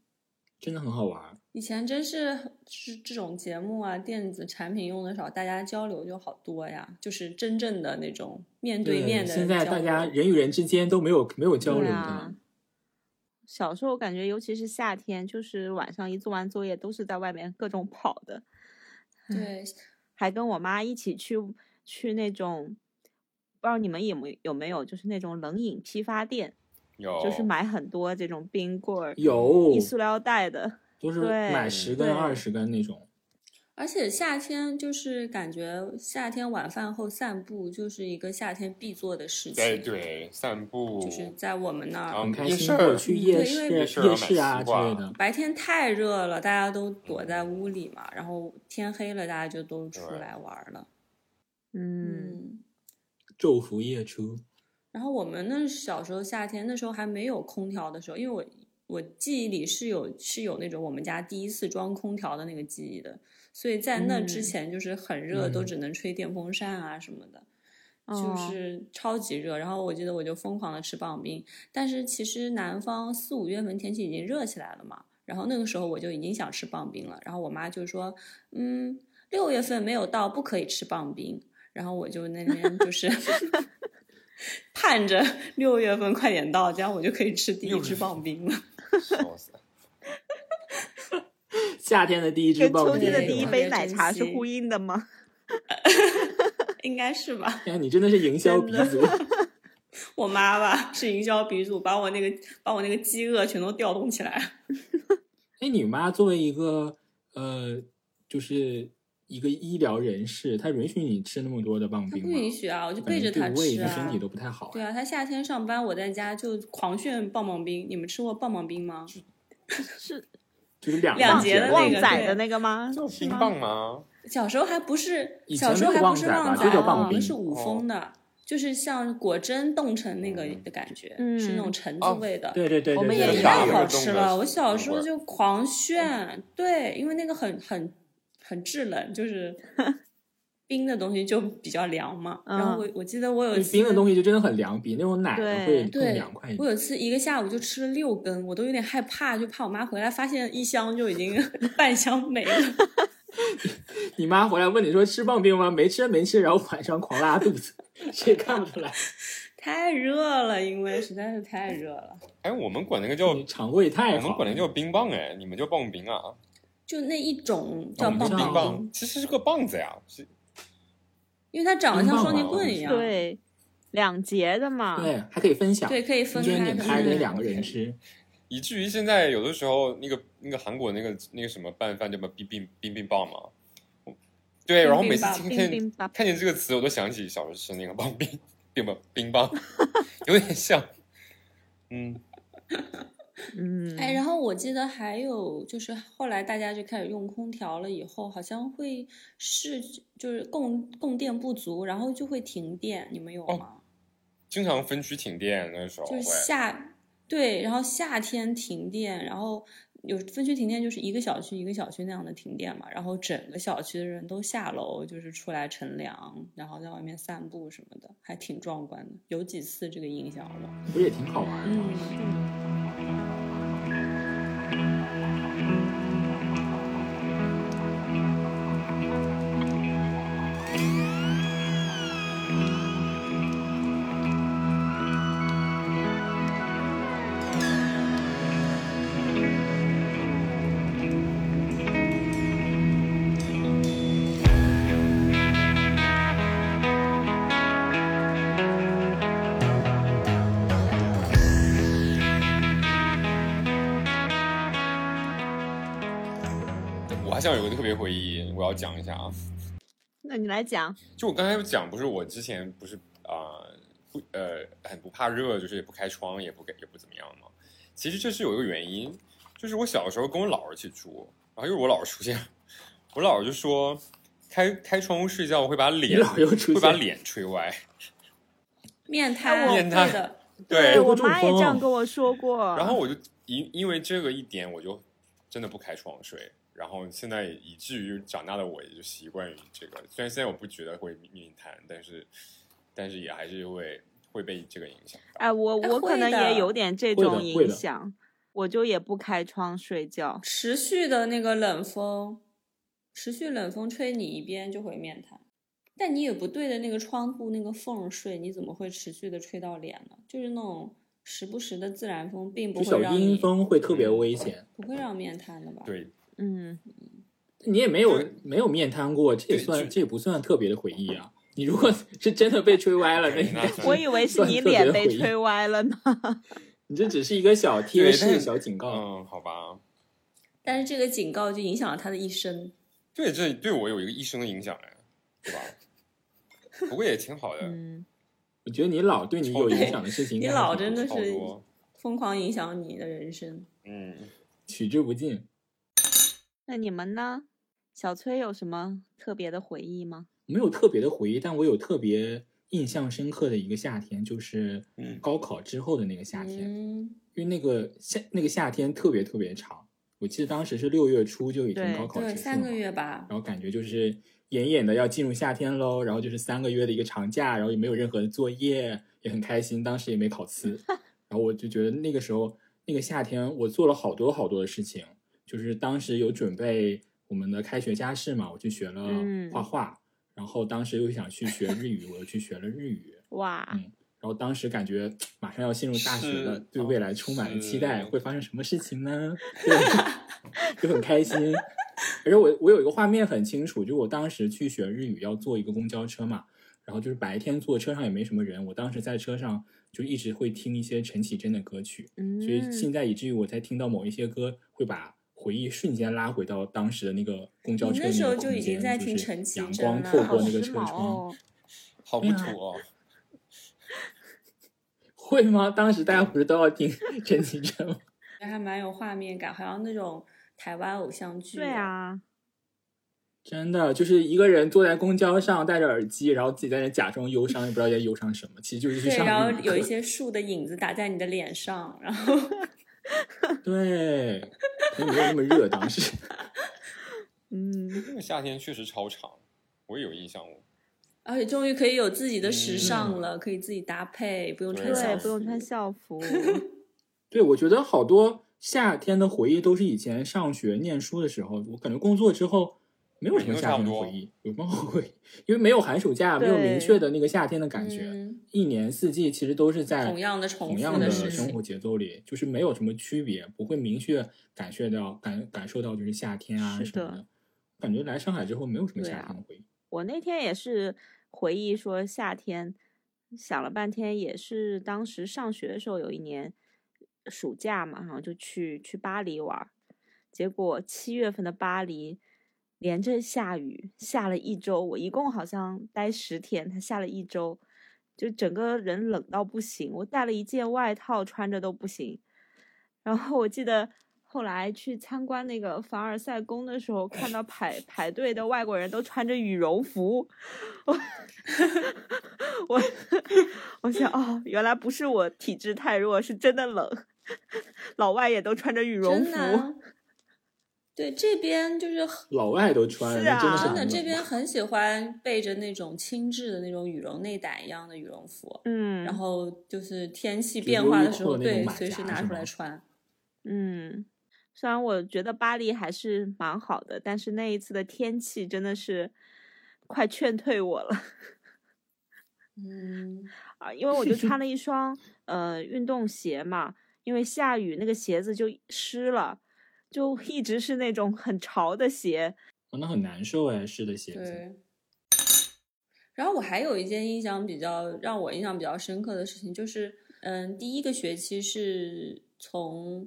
Speaker 1: 真的很好玩儿。
Speaker 2: 以前真是是这种节目啊，电子产品用的少，大家交流就好多呀，就是真正的那种面面的交
Speaker 1: 现
Speaker 2: 流。
Speaker 1: 在大家人与人之间都没有没有交流
Speaker 3: 对
Speaker 1: 的，
Speaker 3: 啊。小时候感觉，尤其是夏天，就是晚上一做完作业都是在外面各种跑的，
Speaker 2: 对，
Speaker 3: 还跟我妈一起去去那种，不知道你们有没有没有，就是那种冷饮批发店，
Speaker 4: 有
Speaker 3: 就是买很多这种冰棍儿，
Speaker 1: 有
Speaker 3: 一塑料袋的，
Speaker 1: 都是
Speaker 3: 对
Speaker 1: 买十根
Speaker 3: 对
Speaker 1: 二十根那种。
Speaker 2: 而且夏天就是感觉夏天晚饭后散步就是一个夏天必做的事情。
Speaker 4: 哎对，哦对散步，
Speaker 2: 就是在我们那
Speaker 4: 然
Speaker 2: 儿
Speaker 4: 后。
Speaker 1: 很开
Speaker 4: 夜
Speaker 1: 心，
Speaker 4: 市
Speaker 1: 或者
Speaker 4: 儿
Speaker 1: 去
Speaker 2: 嗯
Speaker 1: 夜
Speaker 2: 对
Speaker 1: 市、
Speaker 2: 因为
Speaker 1: 夜
Speaker 4: 夜市要买
Speaker 1: 市啊
Speaker 4: 西
Speaker 1: 之
Speaker 4: 瓜
Speaker 1: 类的。
Speaker 2: 白天太热了，大家都躲在屋里嘛，然后天黑了，大家就都出
Speaker 4: 对
Speaker 2: 来玩儿了。
Speaker 3: 嗯，
Speaker 1: 昼伏夜出，
Speaker 2: 然后我们那小时候夏天，那时候还没有空调的时候，因为我我记忆里是有是有那种我们家第一次装空调的那个记忆的，所以在那之
Speaker 3: 嗯
Speaker 2: 前就是很热，
Speaker 1: 嗯
Speaker 2: 都只能吹电风扇啊什么的，
Speaker 3: 哦
Speaker 2: 嗯就是超级热。然后我记得我就疯狂的吃棒冰，但是其实南方四五月份天气已经热起来了嘛，然后那个时候我就已经想吃棒冰了，然后我妈就说，嗯，六月份没有到不可以吃棒冰，然后我就那边就是 盼着六月份快点到，这样我就可以吃第一
Speaker 4: 六月
Speaker 2: 支
Speaker 4: 份
Speaker 2: 棒冰了。
Speaker 4: 笑死
Speaker 1: 夏天的第一支
Speaker 3: 跟
Speaker 1: 棒
Speaker 3: 秋
Speaker 1: 冰
Speaker 3: 天的
Speaker 2: 对
Speaker 3: 第一
Speaker 1: 是吧
Speaker 2: 特
Speaker 3: 杯
Speaker 2: 别
Speaker 3: 奶
Speaker 2: 珍
Speaker 3: 茶是
Speaker 2: 惜
Speaker 3: 呼应的吗？
Speaker 2: 应该是吧，
Speaker 1: 哎，你真的是营销鼻祖，
Speaker 2: 我妈吧是营销鼻祖，把我那个把我那个饥饿全都调动起来了。
Speaker 1: 哎，你妈作为一个呃，就是一个医疗人士，她允许你吃那么多的棒
Speaker 2: 她
Speaker 1: 冰
Speaker 2: 不
Speaker 1: 吗？
Speaker 2: 允许啊，我就
Speaker 1: 感
Speaker 2: 背
Speaker 1: 觉
Speaker 2: 着她
Speaker 1: 对胃
Speaker 2: 吃
Speaker 1: 对身
Speaker 2: 啊
Speaker 1: 体。都不太好。
Speaker 2: 对啊，她夏天上班，我在家就狂炫棒棒冰。你们吃过棒棒冰吗？
Speaker 3: 是
Speaker 1: 就是两
Speaker 2: 两
Speaker 1: 棒
Speaker 2: 节的
Speaker 1: 冰
Speaker 2: 那
Speaker 3: 旺
Speaker 2: 个
Speaker 3: 仔
Speaker 2: 对
Speaker 3: 的那个吗？
Speaker 4: 了，
Speaker 3: 是
Speaker 4: 冰
Speaker 3: 吗
Speaker 4: 棒吗？
Speaker 2: 小时候还不是，
Speaker 1: 以前
Speaker 2: 小时候还不是
Speaker 1: 那个旺
Speaker 2: 旺
Speaker 1: 仔
Speaker 2: 仔，
Speaker 1: 吧
Speaker 3: 就叫棒
Speaker 2: 我们
Speaker 1: 冰哦
Speaker 2: 是五峰的，就是像果真冻成那个
Speaker 4: 嗯
Speaker 2: 的感觉，
Speaker 3: 嗯
Speaker 2: 是那种橙子
Speaker 4: 哦
Speaker 2: 味的。
Speaker 1: 对对对，
Speaker 3: 我们
Speaker 1: 对
Speaker 3: 也
Speaker 1: 对
Speaker 3: 有
Speaker 2: 太
Speaker 4: 那
Speaker 2: 好
Speaker 4: 个冻
Speaker 2: 吃
Speaker 4: 的
Speaker 2: 了，我
Speaker 4: 是
Speaker 2: 小
Speaker 4: 冰
Speaker 2: 时候
Speaker 4: 棍儿
Speaker 2: 就狂炫，对，因为那个很很很制冷，就是冰的东西就比较凉嘛。然后我我记得我有一
Speaker 1: 对
Speaker 2: 次
Speaker 1: 冰的东西就真的很凉，比那种奶的会
Speaker 3: 对
Speaker 1: 更
Speaker 2: 对
Speaker 1: 凉快一，
Speaker 2: 我
Speaker 1: 点。
Speaker 2: 有一次一个下午就吃了六根，我都有点害怕，就怕我妈回来发现一箱就已经 半箱没了。
Speaker 1: 你妈回来问你说吃棒冰吗？没吃没吃，然后晚上狂拉肚子， 谁看不出来？
Speaker 2: 太热了，因为实在是太热了。
Speaker 4: 哎，我们管那个叫
Speaker 1: 你肠胃太
Speaker 4: 我
Speaker 1: 好
Speaker 4: 们
Speaker 1: 了，
Speaker 4: 管那叫冰棒哎，你们叫棒冰啊？
Speaker 2: 就那一
Speaker 1: 哦
Speaker 2: 种
Speaker 4: 我
Speaker 2: 叫
Speaker 4: 们
Speaker 2: 棒
Speaker 4: 叫
Speaker 1: 棒
Speaker 4: 冰
Speaker 2: 冰
Speaker 4: 棒，，其实是个棒子呀，是
Speaker 2: 因为它长得
Speaker 1: 冰
Speaker 2: 像
Speaker 1: 棒哦
Speaker 2: 双截
Speaker 1: 嘛
Speaker 2: 棍一样。
Speaker 3: 对，两节的嘛。
Speaker 1: 对，还可以分享，
Speaker 2: 对，可以分
Speaker 1: 你觉得
Speaker 2: 开
Speaker 1: 拧
Speaker 2: 的。
Speaker 1: 开给
Speaker 2: 嗯
Speaker 1: 两个人吃，
Speaker 4: 以至于现在有的时候那个那个韩国那个那个什么拌饭叫什么冰冰冰冰棒嘛，对，然后每次
Speaker 2: 冰
Speaker 4: 听
Speaker 3: 冰
Speaker 4: 见
Speaker 3: 冰棒
Speaker 4: 看见这个词，我都想起小时候吃那个棒冰 冰棒冰棒， 有点像，嗯，
Speaker 3: 嗯，
Speaker 2: 哎，然后我记得还有就是后来大家就开始用空调了，以后好像会是就是供供电不足，然后就会停电，你们有
Speaker 4: 哦
Speaker 2: 吗？
Speaker 4: 经常分区停电那时候
Speaker 2: 就
Speaker 4: 会
Speaker 2: 是，夏对，然后夏天停电，然后有分区停电，就是一个小区一个小区那样的停电嘛，然后整个小区的人都下楼，就是出来乘凉，然后在外面散步什么的，还挺壮观的，有几次这个印象了。
Speaker 1: 不是也挺好玩的吗？
Speaker 2: 嗯。
Speaker 4: 哎我还想有个特别回忆，我要讲一下啊，
Speaker 3: 那你来讲，
Speaker 4: 就我刚才讲，不是我之前不是啊、呃不呃很不怕热，就是也不开窗，也不给也不怎么样嘛。其实这是有一个原因，就是我小时候跟我姥姥一起住，然后又是我姥姥出现，我姥姥就说开开窗户睡觉我会把
Speaker 1: 你
Speaker 4: 脸
Speaker 1: 老又出
Speaker 4: 会把
Speaker 1: 现，
Speaker 4: 脸吹歪，
Speaker 2: 面
Speaker 3: 哎
Speaker 2: 瘫，
Speaker 3: 我
Speaker 4: 面
Speaker 2: 对
Speaker 4: 瘫
Speaker 2: 的，
Speaker 4: 对，
Speaker 3: 我
Speaker 1: 会中
Speaker 3: 妈也这
Speaker 1: 风
Speaker 3: 样跟我说过。
Speaker 2: 啊
Speaker 4: 然后我就因因为这个一点，我就真的不开窗睡。然后现在以至于长大的我也就习惯于这个，虽然现在我不觉得会面瘫，但是但是也还是会会被这个影响到。
Speaker 3: 哎，我
Speaker 2: 哎
Speaker 3: 我可
Speaker 2: 会
Speaker 3: 能
Speaker 2: 的
Speaker 3: 也有点这
Speaker 1: 会的
Speaker 3: 种
Speaker 1: 会
Speaker 3: 影
Speaker 1: 的
Speaker 3: 响，我就也不开窗睡觉。
Speaker 2: 持续的那个冷风，持续冷风吹你一边就会面瘫。但你也不对着那个窗户那个缝睡，你怎么会持续的吹到脸呢？就是那种时不时的自然风，并不
Speaker 1: 就
Speaker 2: 会
Speaker 1: 小
Speaker 2: 让
Speaker 1: 阴
Speaker 2: 你
Speaker 1: 风会特
Speaker 4: 嗯
Speaker 1: 别危险。
Speaker 2: 不会让面瘫的吧？，
Speaker 4: 对，
Speaker 3: 嗯，
Speaker 1: 你也没有没有面瘫过，这也
Speaker 4: 对就
Speaker 1: 算这也不算特别的回忆啊。你如果 是真的被吹歪了，那应该
Speaker 4: 那
Speaker 3: 我以为是
Speaker 1: 算
Speaker 3: 你
Speaker 1: 特别
Speaker 3: 脸
Speaker 1: 的
Speaker 3: 被
Speaker 1: 回忆
Speaker 3: 吹歪了呢。
Speaker 1: 你这只是一个小贴
Speaker 4: 对
Speaker 1: 士、
Speaker 4: 但是
Speaker 1: 小警告。
Speaker 4: 嗯，好吧，
Speaker 2: 但是这个警告就影响了他的一生。
Speaker 4: 对，这对我有一个一生的影响哎，对 吧？不过也挺好的，
Speaker 3: 嗯，
Speaker 1: 我觉得你老对你有影响的事情，
Speaker 2: 你老真的
Speaker 4: 好
Speaker 2: 是
Speaker 4: 多，
Speaker 2: 疯狂影响你的人生。
Speaker 4: 嗯，
Speaker 1: 取之不尽。
Speaker 3: 那你们呢？小崔有什么特别的回忆吗？
Speaker 1: 没有特别的回忆，但我有特别印象深刻的一个夏天，就是
Speaker 4: 嗯
Speaker 1: 高考之后的那个夏天，
Speaker 2: 嗯，
Speaker 1: 因为那个夏那个夏天特别特别长，我记得当时是六月初就已经
Speaker 3: 对
Speaker 1: 高考结束
Speaker 2: 对，
Speaker 1: 了，
Speaker 2: 三个月吧
Speaker 1: 然。后感觉就是眼眼的要进入夏天喽，然后就是三个月的一个长假，然后也没有任何的作业，也很开心，当时也没考次，然后我就觉得那个时候那个夏天我做了好多好多的事情，就是当时有准备我们的开学家事嘛，我去学了
Speaker 3: 嗯
Speaker 1: 画画，然后当时又想去学日语，我又去学了日语，
Speaker 3: 哇，
Speaker 1: 嗯然后当时感觉马上要进入大学了
Speaker 4: 是，
Speaker 1: 对未来充满了期待，
Speaker 4: 是
Speaker 1: 会发生什么事情呢？对，就 很开心。而且我我有一个画面很清楚，就我当时去学日语要坐一个公交车嘛，然后就是白天坐车上也没什么人，我当时在车上就一直会听一些陈绮贞的歌曲，
Speaker 3: 嗯，
Speaker 1: 所以现在以至于我在听到某一些歌会把。回忆瞬间拉回到当时的那个公交车
Speaker 2: 你那时候
Speaker 1: 里的
Speaker 2: 就已
Speaker 1: 空间
Speaker 2: 经在听
Speaker 1: 就是
Speaker 2: 陈绮
Speaker 1: 阳
Speaker 2: 贞
Speaker 1: 光
Speaker 2: 了
Speaker 1: 透
Speaker 3: 好
Speaker 1: 过那个
Speaker 3: 时
Speaker 1: 车
Speaker 3: 髦
Speaker 1: 窗，
Speaker 3: 哦。
Speaker 4: 好
Speaker 2: 嗯
Speaker 4: 不土哦，
Speaker 1: 会吗？当时大家不是都要听 陈绮贞吗？
Speaker 2: 还蛮有画面感，好像那种台湾偶像剧。
Speaker 3: 对，啊，
Speaker 1: 真的就是一个人坐在公交上，戴着耳机，然后自己在那假装忧伤，也不知道在忧伤什么，其实就是去
Speaker 2: 对，
Speaker 1: 上
Speaker 2: 然后
Speaker 1: 英语课
Speaker 2: 有一些树的影子打在你的脸上，然后
Speaker 1: 对，可能没有那么热当时。
Speaker 3: 嗯，
Speaker 4: 那个夏天确实超长，我也有印象哦。
Speaker 2: 而且终于可以有自己的时尚了，可以自己搭配，不用穿
Speaker 4: 对
Speaker 3: 对，
Speaker 2: 校
Speaker 3: 不用
Speaker 2: 服
Speaker 3: 穿校 服。
Speaker 1: 对，我觉得好多夏天的回忆都是以前上学念书的时候，我感觉工作之后没有什么夏天的回忆，有什么后悔？因为没有寒暑假，没有
Speaker 3: 对
Speaker 1: 明确的那个夏天的感觉，
Speaker 2: 嗯
Speaker 1: 一年四季其实都是在
Speaker 2: 同样的重
Speaker 1: 同
Speaker 2: 复
Speaker 1: 样
Speaker 2: 的
Speaker 1: 的
Speaker 2: 事
Speaker 1: 生
Speaker 2: 情。
Speaker 1: 活节奏里，就是没有什么区别，不会明确感受到感感受到就是夏天啊
Speaker 3: 是
Speaker 1: 什么
Speaker 3: 的
Speaker 1: 的。感觉来上海之后没有什么
Speaker 3: 对
Speaker 1: 夏
Speaker 3: 啊
Speaker 1: 天的回忆，
Speaker 3: 我那天也是回忆说夏天，想了半天，也是当时上学的时候有一年暑假嘛，然后就去去巴黎玩儿，结果七月份的巴黎连着下雨，下了一周，我一共好像待十天，它下了一周，就整个人冷到不行，我带了一件外套穿着都不行。然后我记得后来去参观那个凡尔赛宫的时候，看到 排排队的外国人都穿着羽绒服，我 我我想哦，原来不是我体质太弱，是真的冷， 老外也都穿着羽绒
Speaker 2: 真的
Speaker 3: 服，
Speaker 2: 啊，对这边就是
Speaker 1: 老外都穿，
Speaker 3: 是啊
Speaker 1: 真的
Speaker 2: 真
Speaker 1: 很
Speaker 2: 的
Speaker 1: 冷
Speaker 2: 这边很喜欢备着那种轻质的那种羽绒内胆一样的羽绒服，
Speaker 3: 嗯，
Speaker 2: 然后就是天气
Speaker 1: 就
Speaker 2: 变化的时
Speaker 1: 优
Speaker 2: 候，
Speaker 1: 衣库的那种
Speaker 2: 对，
Speaker 1: 马
Speaker 2: 随时
Speaker 1: 甲
Speaker 2: 拿
Speaker 1: 是
Speaker 2: 出来
Speaker 1: 吗
Speaker 2: 穿。
Speaker 3: 嗯，虽然我觉得巴黎还是蛮好的，但是那一次的天气真的是快劝退我了。
Speaker 2: 嗯，
Speaker 3: 啊，因为 我就穿了一双呃运动鞋嘛，因为下雨那个鞋子就湿了，就一直是那种很潮的鞋。
Speaker 1: 哦那很难受哎，湿的鞋子。
Speaker 2: 对。然后我还有一件印象比较让我印象比较深刻的事情，就是嗯，第一个学期是从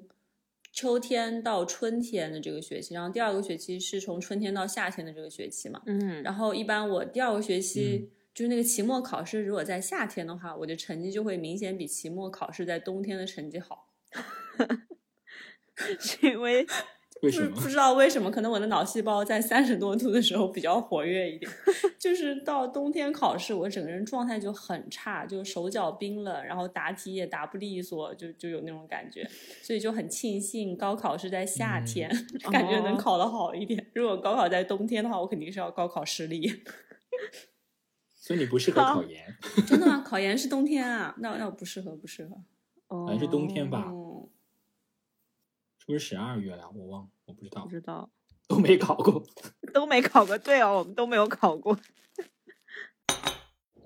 Speaker 2: 秋天到春天的这个学期，然后第二个学期是从春天到夏天的这个学期嘛。
Speaker 3: 嗯，
Speaker 2: 然后一般我第二个学期、就是那个期末考试，如果在夏天的话，我的成绩就会明显比期末考试在冬天的成绩好。
Speaker 3: 是因为
Speaker 1: 为
Speaker 2: 不
Speaker 1: 什
Speaker 2: 是
Speaker 1: 么
Speaker 2: 不？知道为什么，可能我的脑细胞在三十多度的时候比较活跃一 点，就是到冬天考试，我整个人状态就很差，就手脚冰冷，然后答题也答不利索，就就有那种感觉，所以就很庆幸高考是在夏天， 感觉能
Speaker 3: 哦
Speaker 2: 考得好一点。如果高考在冬天的话，我肯定是要高考失利。
Speaker 1: 所以你不适合考研，
Speaker 2: 真的 吗？考研是冬天啊？那那我不适合，不适合。
Speaker 3: 好
Speaker 2: 哎
Speaker 1: 好像是冬天吧？
Speaker 2: 嗯，
Speaker 1: 是不是十二月了？我忘了，我不知道
Speaker 3: 不，知道，
Speaker 1: 都没考过。
Speaker 3: 都没考过。对哦，我们都没有考过。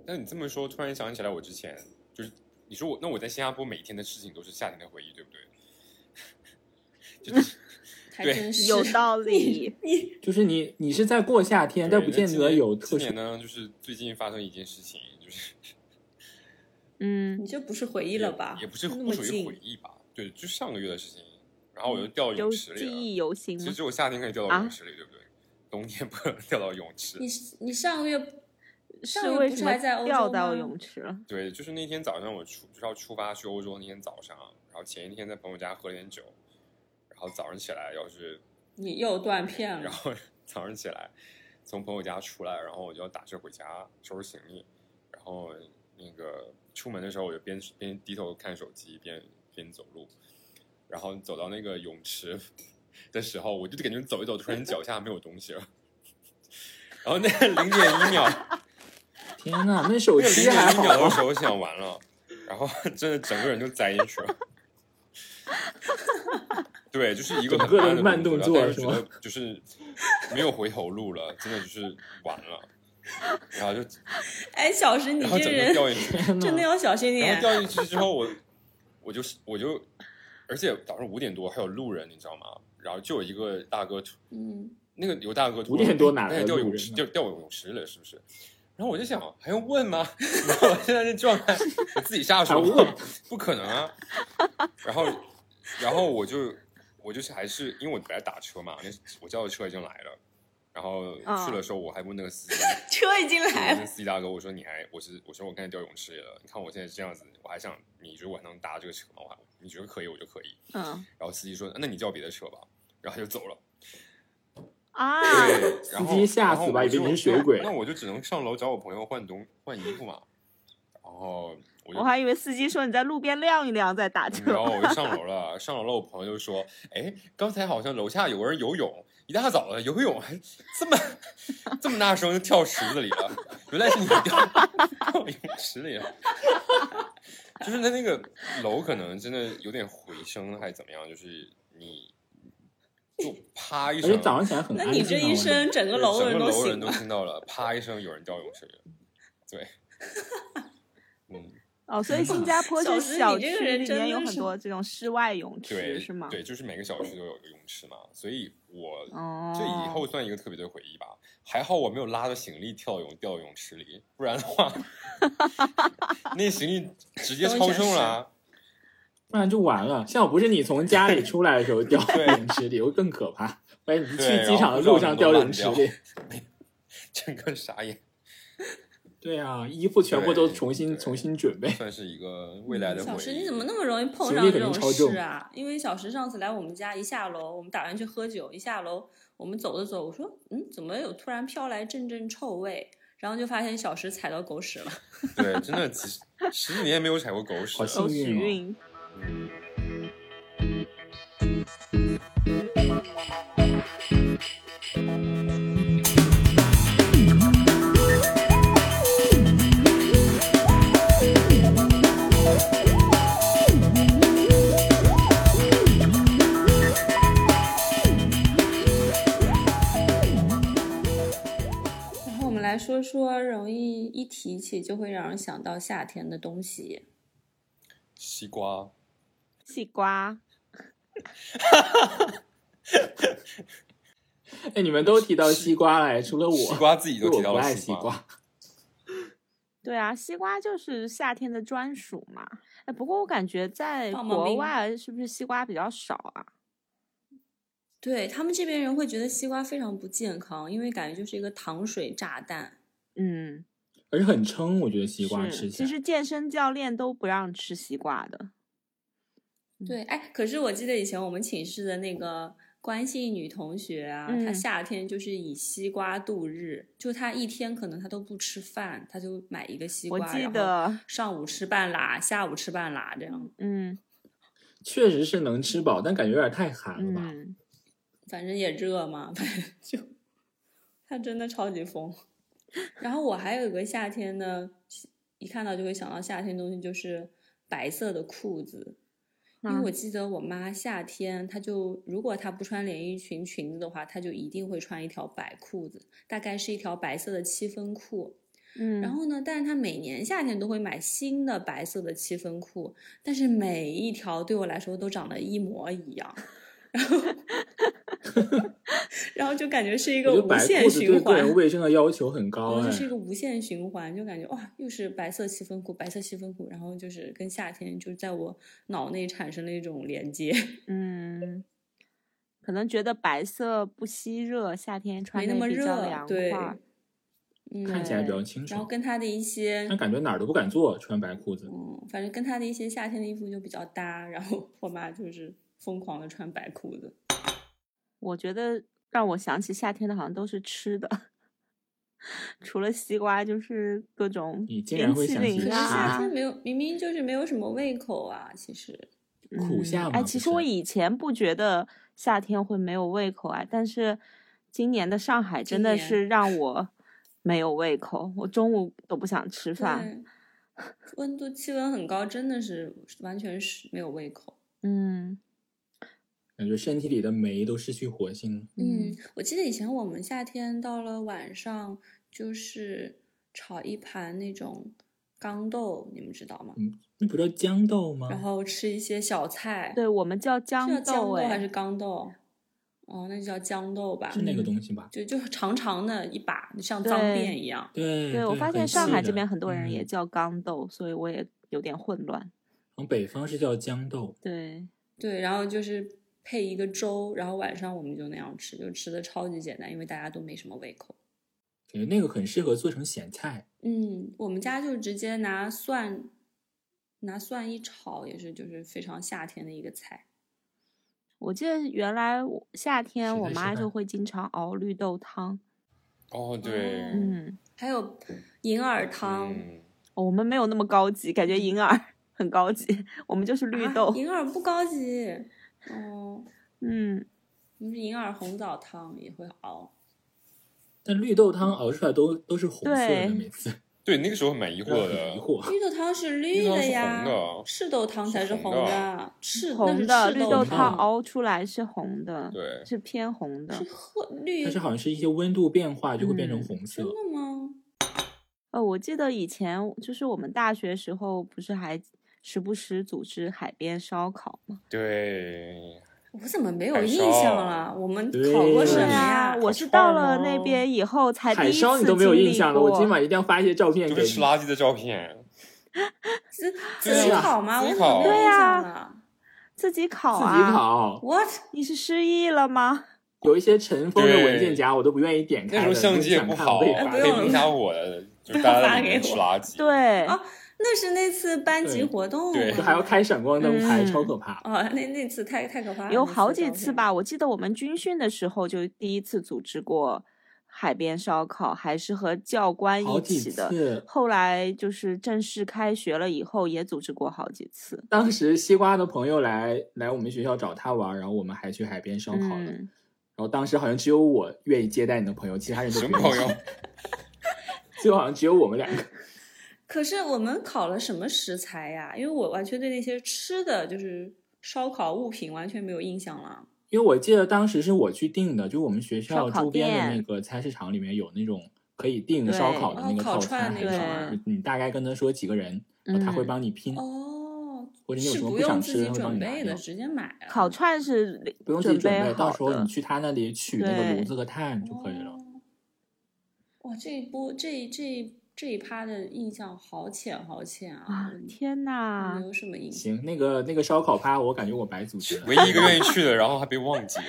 Speaker 4: 那你这么说，突然想起来，我之前就是你说我，那我在新加坡每一天的事情都是夏天的回忆，对不对？就是
Speaker 2: 还
Speaker 4: 对
Speaker 2: 真 是
Speaker 3: 有道理，
Speaker 1: 就是你，你是在过夏天，但
Speaker 4: 对
Speaker 1: 不见
Speaker 4: 那今
Speaker 1: 得
Speaker 4: 年
Speaker 1: 有
Speaker 4: 今
Speaker 1: 特殊
Speaker 4: 年。呢，就是最近发生一件事情，就是
Speaker 3: 嗯
Speaker 2: 你这不是回忆了吧？
Speaker 4: 也不是
Speaker 2: 那
Speaker 4: 不
Speaker 2: 么
Speaker 4: 属于
Speaker 2: 近
Speaker 4: 回忆吧？对，就上个月的事情。然后我就掉
Speaker 3: 犹
Speaker 4: 泳池
Speaker 3: 记
Speaker 4: 里
Speaker 3: 忆
Speaker 4: 了。
Speaker 3: 犹新
Speaker 4: 其
Speaker 3: 吗
Speaker 4: 实？只有夏天可以掉到
Speaker 3: 啊
Speaker 4: 泳池里，对不对？冬天不能掉到泳池。
Speaker 2: 你你上个月上
Speaker 3: 是
Speaker 2: 个月
Speaker 3: 为
Speaker 2: 不
Speaker 3: 什
Speaker 2: 是
Speaker 3: 么
Speaker 2: 还在欧
Speaker 3: 掉
Speaker 2: 洲
Speaker 3: 到
Speaker 2: 吗
Speaker 3: 泳池了？
Speaker 4: 对，就是那天早上我出就是要出发去欧洲那天早上，然后前一天在朋友家喝了点酒，然后早上起来要是
Speaker 2: 你又断片
Speaker 4: 然
Speaker 2: 了。
Speaker 4: 后 早上起来从朋友家出来，然后我就要打车回家收拾行李，然后那个出门的时候我就边边低头看手机边边走路，然后走到那个泳池 的时候，我就感觉走一走，突然脚下没有东西了， 然后那 零点一秒，
Speaker 1: 天呐，那手
Speaker 4: 那零
Speaker 1: 机
Speaker 4: 点
Speaker 1: 还
Speaker 2: 啊
Speaker 4: 一秒
Speaker 1: 好
Speaker 4: 的时候想完了，然后 真的整个人就栽进去了。对，就是一个
Speaker 1: 整
Speaker 4: 很
Speaker 1: 个
Speaker 4: 慢
Speaker 1: 的
Speaker 4: 的
Speaker 1: 慢动作
Speaker 4: 但是
Speaker 1: 是
Speaker 4: 觉
Speaker 1: 吗
Speaker 4: 得就是没有回头路了，真的就是完了，然后就
Speaker 2: 哎，小石， 你
Speaker 4: 然后
Speaker 2: 这
Speaker 4: 整个
Speaker 2: 人
Speaker 4: 掉进去，
Speaker 1: 天
Speaker 2: 真的
Speaker 1: 呐，
Speaker 2: 要小心
Speaker 4: 然
Speaker 2: 点。
Speaker 4: 后掉进去之后我我就是我就，而且早上五点多还有路人，你知道吗？然后就有一个大哥突
Speaker 2: 嗯，
Speaker 4: 那个有大哥突
Speaker 1: 五
Speaker 4: 然
Speaker 1: 点多哪
Speaker 4: 那
Speaker 1: 来的
Speaker 4: 掉
Speaker 1: 路
Speaker 4: 泳
Speaker 1: 人
Speaker 4: 池
Speaker 1: 呢
Speaker 4: 掉掉泳池里了，是不是？然后我就想，还用问吗？ 然后我现在这状态，我自己下手
Speaker 1: 还问
Speaker 4: 吗， 不可能啊。然后，然后我就我就是还是因为我本来打车嘛，那我叫的车已经来了，然后
Speaker 3: 啊
Speaker 4: 去的时候我还问那个司机，
Speaker 2: 车已经来
Speaker 4: 我
Speaker 2: 了
Speaker 4: 跟。司机大哥我说你还我是我说我刚才掉泳池里了，你看我现在这样子，我还想你觉得我还能搭这个车吗？我还你觉得可以我就可以。
Speaker 3: 嗯
Speaker 4: 然后司机说那你叫别的车吧，然后他就走了。
Speaker 3: 啊，
Speaker 4: 对，然
Speaker 1: 司
Speaker 4: 后
Speaker 1: 机吓死吧以
Speaker 4: 然后我
Speaker 1: 为
Speaker 4: 就
Speaker 1: 你是水鬼
Speaker 4: 那我就只能上楼找我朋友换东换衣服嘛。然 后我就，
Speaker 3: 我还以为司机说你在路边晾一晾再打
Speaker 4: 然
Speaker 3: 车
Speaker 4: 后。我就上楼了。上楼了，我朋友就说：“哎，刚才好像楼下有个人游泳，一大早的游泳还这么这么大声就跳池子里了，原来是你掉掉泳池里了。” 就是他那个楼可能真的有点回声还是怎么样，就是你就啪一
Speaker 1: 而
Speaker 4: 声，
Speaker 1: 且早上起来很
Speaker 2: 那
Speaker 1: 安静啊。
Speaker 2: 你这一
Speaker 1: 我觉得
Speaker 2: 声，整个
Speaker 4: 对
Speaker 2: 楼的
Speaker 4: 整
Speaker 2: 人
Speaker 4: 个
Speaker 2: 都
Speaker 4: 楼人
Speaker 2: 醒
Speaker 4: 都
Speaker 2: 了。
Speaker 4: 听到了，啪一声有人掉泳池里了，对，嗯，
Speaker 3: 哦，所以新加坡
Speaker 2: 小
Speaker 3: 就
Speaker 2: 石
Speaker 3: 是小
Speaker 2: 你
Speaker 3: 区
Speaker 2: 这个人
Speaker 3: 里
Speaker 2: 真
Speaker 3: 面
Speaker 2: 的
Speaker 3: 有很
Speaker 2: 是
Speaker 3: 多这种室外泳
Speaker 4: 对，
Speaker 3: 池是吗？
Speaker 4: 对，就是每个小区都有个泳池嘛，所以我
Speaker 3: 哦，
Speaker 4: 这以后算一个特别的回忆吧。还好我没有拉着行李跳泳掉泳池里，不然的话，那行李直接
Speaker 2: 都
Speaker 4: 超
Speaker 2: 全
Speaker 4: 重
Speaker 2: 是
Speaker 4: 了啊。
Speaker 1: 不然就完了。像我不是你从家里出来的时 候掉泳池里，会更可怕。万一你
Speaker 4: 对
Speaker 1: 去机场的路上掉泳池
Speaker 4: 然后不
Speaker 1: 里
Speaker 4: 知，整个傻眼，
Speaker 1: 对啊，衣服全部都重新
Speaker 4: 对
Speaker 1: 重新准备。
Speaker 4: 算是一个未来的回忆。
Speaker 2: 嗯小石，你怎么那么容易碰
Speaker 1: 行
Speaker 2: 上
Speaker 1: 李
Speaker 2: 这
Speaker 1: 肯定
Speaker 2: 种
Speaker 1: 超
Speaker 2: 事啊？因为小石上次来我们家，一下楼，我们打算去喝酒，一下楼，我们走着走，我说，嗯，怎么有突然飘来阵阵臭味？然后就发现小石踩到狗屎了。
Speaker 4: 对，真的几十十几年没有踩过狗屎
Speaker 1: 好
Speaker 4: 了。
Speaker 3: 都
Speaker 1: 幸
Speaker 3: 许
Speaker 1: 运哦
Speaker 3: 运。
Speaker 2: 然后我们来说说容易一提起就会让人想到夏天的东西。
Speaker 4: 西瓜，
Speaker 3: 西瓜，
Speaker 1: 哎，你们都提到西瓜了，哎除了我，
Speaker 4: 西瓜自己
Speaker 1: 因为
Speaker 4: 都
Speaker 1: 我
Speaker 4: 提到
Speaker 1: 不
Speaker 4: 了
Speaker 1: 爱
Speaker 4: 西
Speaker 1: 西
Speaker 4: 瓜。
Speaker 1: 瓜。
Speaker 3: 对啊，西瓜就是夏天的专属嘛。哎，不过我感觉在
Speaker 2: 棒棒
Speaker 3: 国
Speaker 2: 冰
Speaker 3: 外是不是西瓜比较少啊？
Speaker 2: 对他们这边人会觉得西瓜非常不健康，因为感觉就是一个糖水炸弹。
Speaker 3: 嗯，
Speaker 1: 而且很撑，我觉得西瓜
Speaker 3: 是
Speaker 1: 吃起
Speaker 3: 其
Speaker 1: 来。
Speaker 3: 实健身教练都不让吃西瓜的。
Speaker 2: 对，哎，可是我记得以前我们寝室的那个关系女同学啊，
Speaker 3: 嗯
Speaker 2: 她夏天就是以西瓜度日，就她一天可能她都不吃饭，她就买一个西
Speaker 3: 我
Speaker 2: 瓜，
Speaker 3: 记
Speaker 2: 然后
Speaker 3: 得，
Speaker 2: 上午吃半拉，下午吃半拉这样，
Speaker 3: 嗯
Speaker 1: 确实是能吃饱，但感觉有点太寒了吧？
Speaker 3: 嗯，
Speaker 2: 反正也热嘛，反正就她真的超级疯。然后我还有一个夏天呢，一看到就会想到夏天的东西就是白色的裤子，因为
Speaker 3: 啊
Speaker 2: 我记得我妈夏天，她就如果她不穿连衣裙裙子的话，她就一定会穿一条白裤子，大概是一条白色的七分裤。
Speaker 3: 嗯，
Speaker 2: 然后呢，但是她每年夏天都会买新的白色的七分裤，但是每一条对我来说都长得一模一样，然后，然后就感觉是一
Speaker 1: 我
Speaker 2: 个
Speaker 1: 觉得
Speaker 2: 无
Speaker 1: 白
Speaker 2: 限
Speaker 1: 裤子
Speaker 2: 循
Speaker 1: 对个
Speaker 2: 环
Speaker 1: 人。卫生的要求很高
Speaker 2: 然后
Speaker 1: 哎
Speaker 2: 就。是一个无限循环，就感觉哇，又是白色七分裤，白色七分裤，然后就是跟夏天就是在我脑内产生了一种连接，
Speaker 3: 嗯，可能觉得白色不吸热，夏天穿
Speaker 2: 没那
Speaker 3: 得
Speaker 2: 么
Speaker 3: 比较
Speaker 2: 热
Speaker 3: 凉
Speaker 2: 对
Speaker 3: 快。
Speaker 1: 看
Speaker 2: 嗯，
Speaker 1: 起来比较清
Speaker 2: 然后
Speaker 1: 爽，
Speaker 2: 跟他的一些
Speaker 1: 但，感觉哪儿都不敢坐，穿白裤子。
Speaker 2: 嗯，反正跟他的一些夏天的衣服就比较搭，然后 我妈就是疯狂的穿白裤子，
Speaker 3: 我觉得让我想起夏天的好像都是吃的， 除了西瓜就是各种
Speaker 1: 你竟
Speaker 3: 冰
Speaker 1: 然会
Speaker 3: 淇
Speaker 1: 想起
Speaker 3: 淋
Speaker 2: 可是夏
Speaker 3: 啊
Speaker 2: 天。没有，明明就是没有什么胃口啊，其实，
Speaker 1: 苦夏
Speaker 3: 嗯
Speaker 1: 嘛
Speaker 3: 哎，
Speaker 1: 不
Speaker 3: 其实我
Speaker 1: 是
Speaker 3: 以前不觉得夏天会没有胃口啊，但是今年的上海真
Speaker 2: 今
Speaker 3: 的
Speaker 2: 年
Speaker 3: 是让我没有胃口，我中午都不想吃饭。
Speaker 2: 对，温度气温很高，真的是完全是没有胃口。
Speaker 3: 嗯
Speaker 1: 感觉身体里的酶都失去活性了。
Speaker 2: 嗯，我记得以前我们夏天到了晚上，就是炒一盘那种缸豆，你们知道吗？
Speaker 1: 那不叫豇豆吗？
Speaker 2: 然后吃一些小菜，
Speaker 3: 对我们叫豇
Speaker 2: 是叫豇豆
Speaker 3: 豆哎，
Speaker 2: 还是豇豆？哦，那就叫豇豆吧
Speaker 1: 是，那个东西吧？
Speaker 2: 就就长长的一把，像脏
Speaker 3: 对
Speaker 2: 辫一样。
Speaker 1: 对
Speaker 3: 对，我发
Speaker 1: 很
Speaker 3: 现上
Speaker 1: 细
Speaker 3: 海这
Speaker 1: 的
Speaker 3: 边很多人也
Speaker 1: 嗯
Speaker 3: 叫豇豆，所以我也有点混乱。
Speaker 1: 然后北方是叫豇豆，
Speaker 3: 对，
Speaker 2: 对，然后就是配一个粥，然后晚上我们就那样吃，就吃的超级简单，因为大家都没什么胃口。
Speaker 1: 感觉那个很适合做成咸菜。
Speaker 2: 嗯，我们家就直接拿蒜，拿蒜一炒，也是就是非常夏天的一个菜。
Speaker 3: 我记得原来我夏天
Speaker 1: 是
Speaker 3: 我
Speaker 1: 的是
Speaker 3: 妈就
Speaker 1: 的
Speaker 3: 会经常熬绿豆汤。
Speaker 4: 哦，对，
Speaker 2: 嗯
Speaker 3: 嗯，哦
Speaker 2: 还有银耳汤，
Speaker 4: 嗯，
Speaker 3: 我们没有那么高级，感觉银耳很高级，我们就是绿
Speaker 2: 啊
Speaker 3: 豆。
Speaker 2: 银耳不高级。哦，
Speaker 3: 嗯，
Speaker 2: 我们是银耳红枣汤也会熬。
Speaker 1: 但绿豆汤熬出来都都是红色
Speaker 3: 对
Speaker 1: 的，每 次
Speaker 4: 对，那个时候很蛮疑惑
Speaker 1: 我
Speaker 4: 的，
Speaker 1: 很 疑惑。
Speaker 2: 绿豆汤是绿
Speaker 4: 绿豆
Speaker 2: 的
Speaker 4: 是
Speaker 2: 呀，
Speaker 4: 红的
Speaker 2: 赤豆汤才
Speaker 4: 是
Speaker 2: 红
Speaker 4: 红
Speaker 2: 的，赤那
Speaker 3: 红
Speaker 2: 是
Speaker 3: 的
Speaker 2: 赤
Speaker 3: 绿
Speaker 2: 豆
Speaker 3: 豆汤
Speaker 1: 汤
Speaker 3: 熬出来是红的，
Speaker 4: 对
Speaker 3: 是偏红的
Speaker 2: 是。褐绿，
Speaker 1: 但是好像是一些温度变化就会变成
Speaker 3: 嗯
Speaker 1: 红色
Speaker 2: 真。的吗？
Speaker 3: 呃，我记得以前就是我们大学时候不是还时不时组织海边烧烤吗？
Speaker 4: 对，
Speaker 2: 我怎么没有
Speaker 4: 海
Speaker 2: 印
Speaker 4: 烧
Speaker 2: 象了？我们
Speaker 1: 对
Speaker 2: 考过什
Speaker 3: 对啊
Speaker 2: 么哎呀？，
Speaker 3: 我
Speaker 4: 烤
Speaker 3: 是
Speaker 4: 串
Speaker 3: 到
Speaker 4: 儿
Speaker 3: 了那
Speaker 4: 吗
Speaker 3: 边以后才第
Speaker 1: 海
Speaker 3: 一
Speaker 1: 烧
Speaker 3: 次
Speaker 1: 你都没有
Speaker 3: 经
Speaker 1: 印
Speaker 3: 历
Speaker 1: 象了，我
Speaker 3: 过
Speaker 1: 今晚一定要发一些照片
Speaker 4: 就
Speaker 1: 给
Speaker 4: 是吃
Speaker 1: 你。
Speaker 4: 垃圾的照片，
Speaker 2: 自
Speaker 1: 对
Speaker 2: 自己
Speaker 1: 啊
Speaker 2: 考吗？我
Speaker 4: 自
Speaker 2: 怎
Speaker 4: 己
Speaker 2: 么没有
Speaker 3: 烤
Speaker 2: 印象了
Speaker 3: 自己烤
Speaker 1: 自己
Speaker 3: 啊。
Speaker 1: 烤，
Speaker 2: ？What？
Speaker 3: 你是失忆了吗？
Speaker 1: 有一些尘封的文件
Speaker 4: 对
Speaker 1: 夹我都不愿意点开的。
Speaker 4: 那时候相机也
Speaker 1: 就是
Speaker 4: 不
Speaker 1: 想看
Speaker 4: 好，啊
Speaker 1: 我也
Speaker 2: 哎
Speaker 1: 发
Speaker 2: 不
Speaker 4: 可以
Speaker 2: 用
Speaker 4: 封杀我的，就大家在里面吃垃圾。，
Speaker 3: 对，哦
Speaker 2: 啊那是那次班级
Speaker 1: 对
Speaker 2: 活动
Speaker 4: 对
Speaker 1: 就 还要
Speaker 2: 啊，
Speaker 1: 开闪光灯拍，
Speaker 3: 嗯
Speaker 1: 超可怕。
Speaker 2: 哦，那那次太太可怕了，
Speaker 3: 有
Speaker 2: 那
Speaker 3: 好
Speaker 2: 照
Speaker 3: 几
Speaker 2: 片
Speaker 3: 次。吧。我记得我们军训的时候就第一次组织过海边烧烤，还是和教官
Speaker 1: 好
Speaker 3: 一
Speaker 1: 几
Speaker 3: 起的。
Speaker 1: 次，
Speaker 3: 后来就是正式开学了以后，也组织过好几次。
Speaker 1: 当时西瓜的朋友来来我们学校找他玩，然后我们还去海边烧烤了。
Speaker 3: 嗯，
Speaker 1: 然后当时好像只有我愿意接待你的朋友，其他人都
Speaker 4: 什
Speaker 1: 不
Speaker 4: 么
Speaker 1: 愿
Speaker 4: 朋
Speaker 1: 意
Speaker 4: 友？
Speaker 1: 最后好像只有我们两个。
Speaker 2: 可是我们烤了什么食材呀？因为我完全对那些吃的，就是烧烤物品完全没有印象了。
Speaker 1: 因为我记得当时是我去订的，就我们学
Speaker 3: 烧
Speaker 1: 校
Speaker 3: 烤
Speaker 1: 周边的那
Speaker 3: 店
Speaker 1: 个菜市场里面有那种可以订
Speaker 3: 对
Speaker 1: 烧烤的那
Speaker 2: 哦
Speaker 1: 个
Speaker 2: 烤
Speaker 1: 套
Speaker 2: 串
Speaker 1: 餐，
Speaker 2: 那
Speaker 1: 还是
Speaker 3: 种
Speaker 1: 什
Speaker 3: 啊
Speaker 1: 么？就你大概跟他说几个人，然后他会
Speaker 3: 嗯
Speaker 1: 帮你拼，
Speaker 2: 哦，
Speaker 1: 或者你有
Speaker 2: 是
Speaker 1: 什么
Speaker 2: 不
Speaker 1: 想
Speaker 2: 用
Speaker 1: 吃
Speaker 2: 自
Speaker 1: 的，
Speaker 2: 己
Speaker 1: 他会帮
Speaker 2: 准
Speaker 1: 你拿
Speaker 2: 备的，
Speaker 1: 掉。
Speaker 2: 直接买啊了。
Speaker 3: 烤串是
Speaker 1: 不用自己准
Speaker 3: 备
Speaker 1: 备，
Speaker 3: 好
Speaker 1: 到时候
Speaker 3: 的
Speaker 1: 你去他那里取那个
Speaker 3: 对
Speaker 2: 哦
Speaker 1: 炉子和炭就可以了。
Speaker 2: 哦。哇，这一波这一这一这一趴的印象好浅好浅啊
Speaker 3: 啊，！天啊呐
Speaker 2: 没，有什么印象。
Speaker 1: 行，那个那个烧烤趴，我感觉我白组织了。
Speaker 4: 唯一一个愿意去的，然后还被忘记了。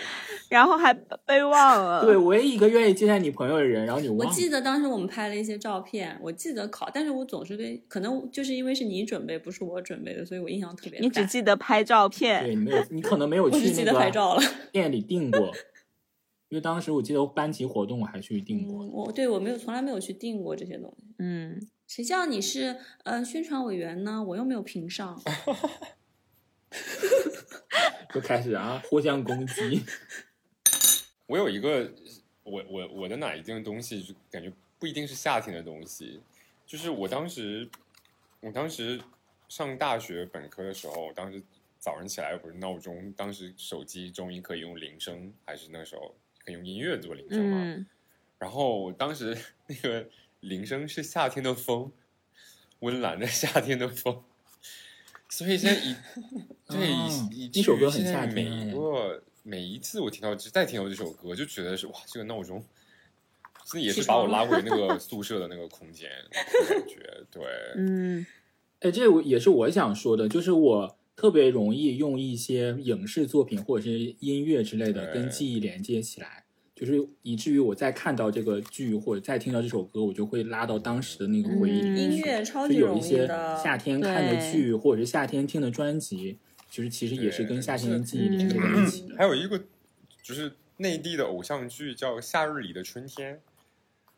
Speaker 3: 然后还 被忘了。
Speaker 1: 对，唯一一个愿意接待你朋友的人，然后你忘
Speaker 2: 我
Speaker 1: 了。
Speaker 2: 记得当时我们拍了一些照片，我记得考，但是我总是对，可能就是因为是你准备，不是我准备的，所以我印象特别
Speaker 3: 你只
Speaker 2: 淡。
Speaker 3: 记得拍照片，
Speaker 1: 对你没有，你可能没有
Speaker 2: 我只
Speaker 1: 去
Speaker 2: 记
Speaker 1: 那
Speaker 2: 得拍照了
Speaker 1: 个啊店里订过，因为当时我记得班级活动我还去订过。
Speaker 2: 嗯，我对我没有从来没有去定过这些东西。
Speaker 3: 嗯，
Speaker 2: 谁叫你是呃宣传委员呢？我又没有评
Speaker 1: 哦
Speaker 2: 上。
Speaker 1: 就开始啊，互相攻击。
Speaker 4: 我有一个，我我我的哪一件东西，就感觉不一定是夏天的东西，就是我当时，我当时上大学本科的时候，当时早上起来不是闹钟，当时手机终于可以用铃声，还是那时候可以用音乐做铃声嘛。
Speaker 3: 嗯，
Speaker 4: 然后我当时那个铃声是夏天的风，温岚的夏天的风，所以现 在一对
Speaker 1: 哦
Speaker 4: 一
Speaker 1: 这首歌很
Speaker 4: 现在
Speaker 1: 夏天
Speaker 4: 每
Speaker 1: 哎
Speaker 4: 一个每一次我听到再听到这首歌，就觉得是哇，这个闹钟真的也
Speaker 2: 起
Speaker 4: 是把我
Speaker 2: 床
Speaker 4: 拉回 那个宿舍的那个空间的感觉，对，
Speaker 3: 嗯，
Speaker 1: 哎，这我也是我想说的，就是我特别容易用一些影视作品或者是音乐之类的
Speaker 4: 对
Speaker 1: 跟记忆连接起来，就是以至于我再看到这个剧或者再听到这首歌，我就会拉到当时的那个回忆里
Speaker 3: 嗯
Speaker 1: 面
Speaker 2: 音
Speaker 1: 去。
Speaker 2: 乐超
Speaker 1: 就
Speaker 2: 级
Speaker 1: 有
Speaker 2: 容
Speaker 1: 一
Speaker 2: 易
Speaker 1: 些
Speaker 2: 的，
Speaker 1: 夏天看的剧或者是夏天听的专辑，其实其实也是跟夏天的记忆连接在
Speaker 4: 嗯
Speaker 1: 一起的。
Speaker 4: 还有一个就是内地的偶像剧叫《夏日里的春天》，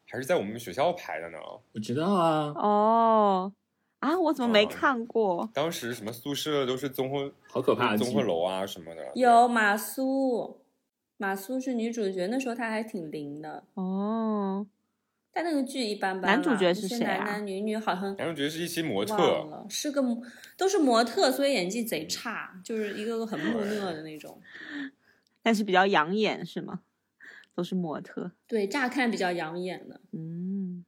Speaker 4: 还是在我们学校排的呢。
Speaker 1: 我知道啊，
Speaker 3: 哦，啊，我怎么没
Speaker 1: 嗯
Speaker 4: 哦
Speaker 3: 看过？
Speaker 4: 当时什么宿舍都是综合
Speaker 1: 好可怕的
Speaker 4: 综
Speaker 1: 剧
Speaker 4: 合。楼啊什么的。
Speaker 2: 有马苏，马苏是女主角，那时候她还挺灵的，
Speaker 3: 哦，
Speaker 2: 但那个剧一般般啦。
Speaker 3: 男主角是
Speaker 2: 一些
Speaker 3: 谁啊
Speaker 2: 男男女女好像
Speaker 4: 男主角是一期模
Speaker 2: 忘
Speaker 4: 特，
Speaker 2: 了，是个模都是模特，所以演技贼差，就是一个个很木讷的那种。
Speaker 3: 但是比较养眼是吗？都是模特，
Speaker 2: 对，乍看比较养眼的。
Speaker 3: 嗯，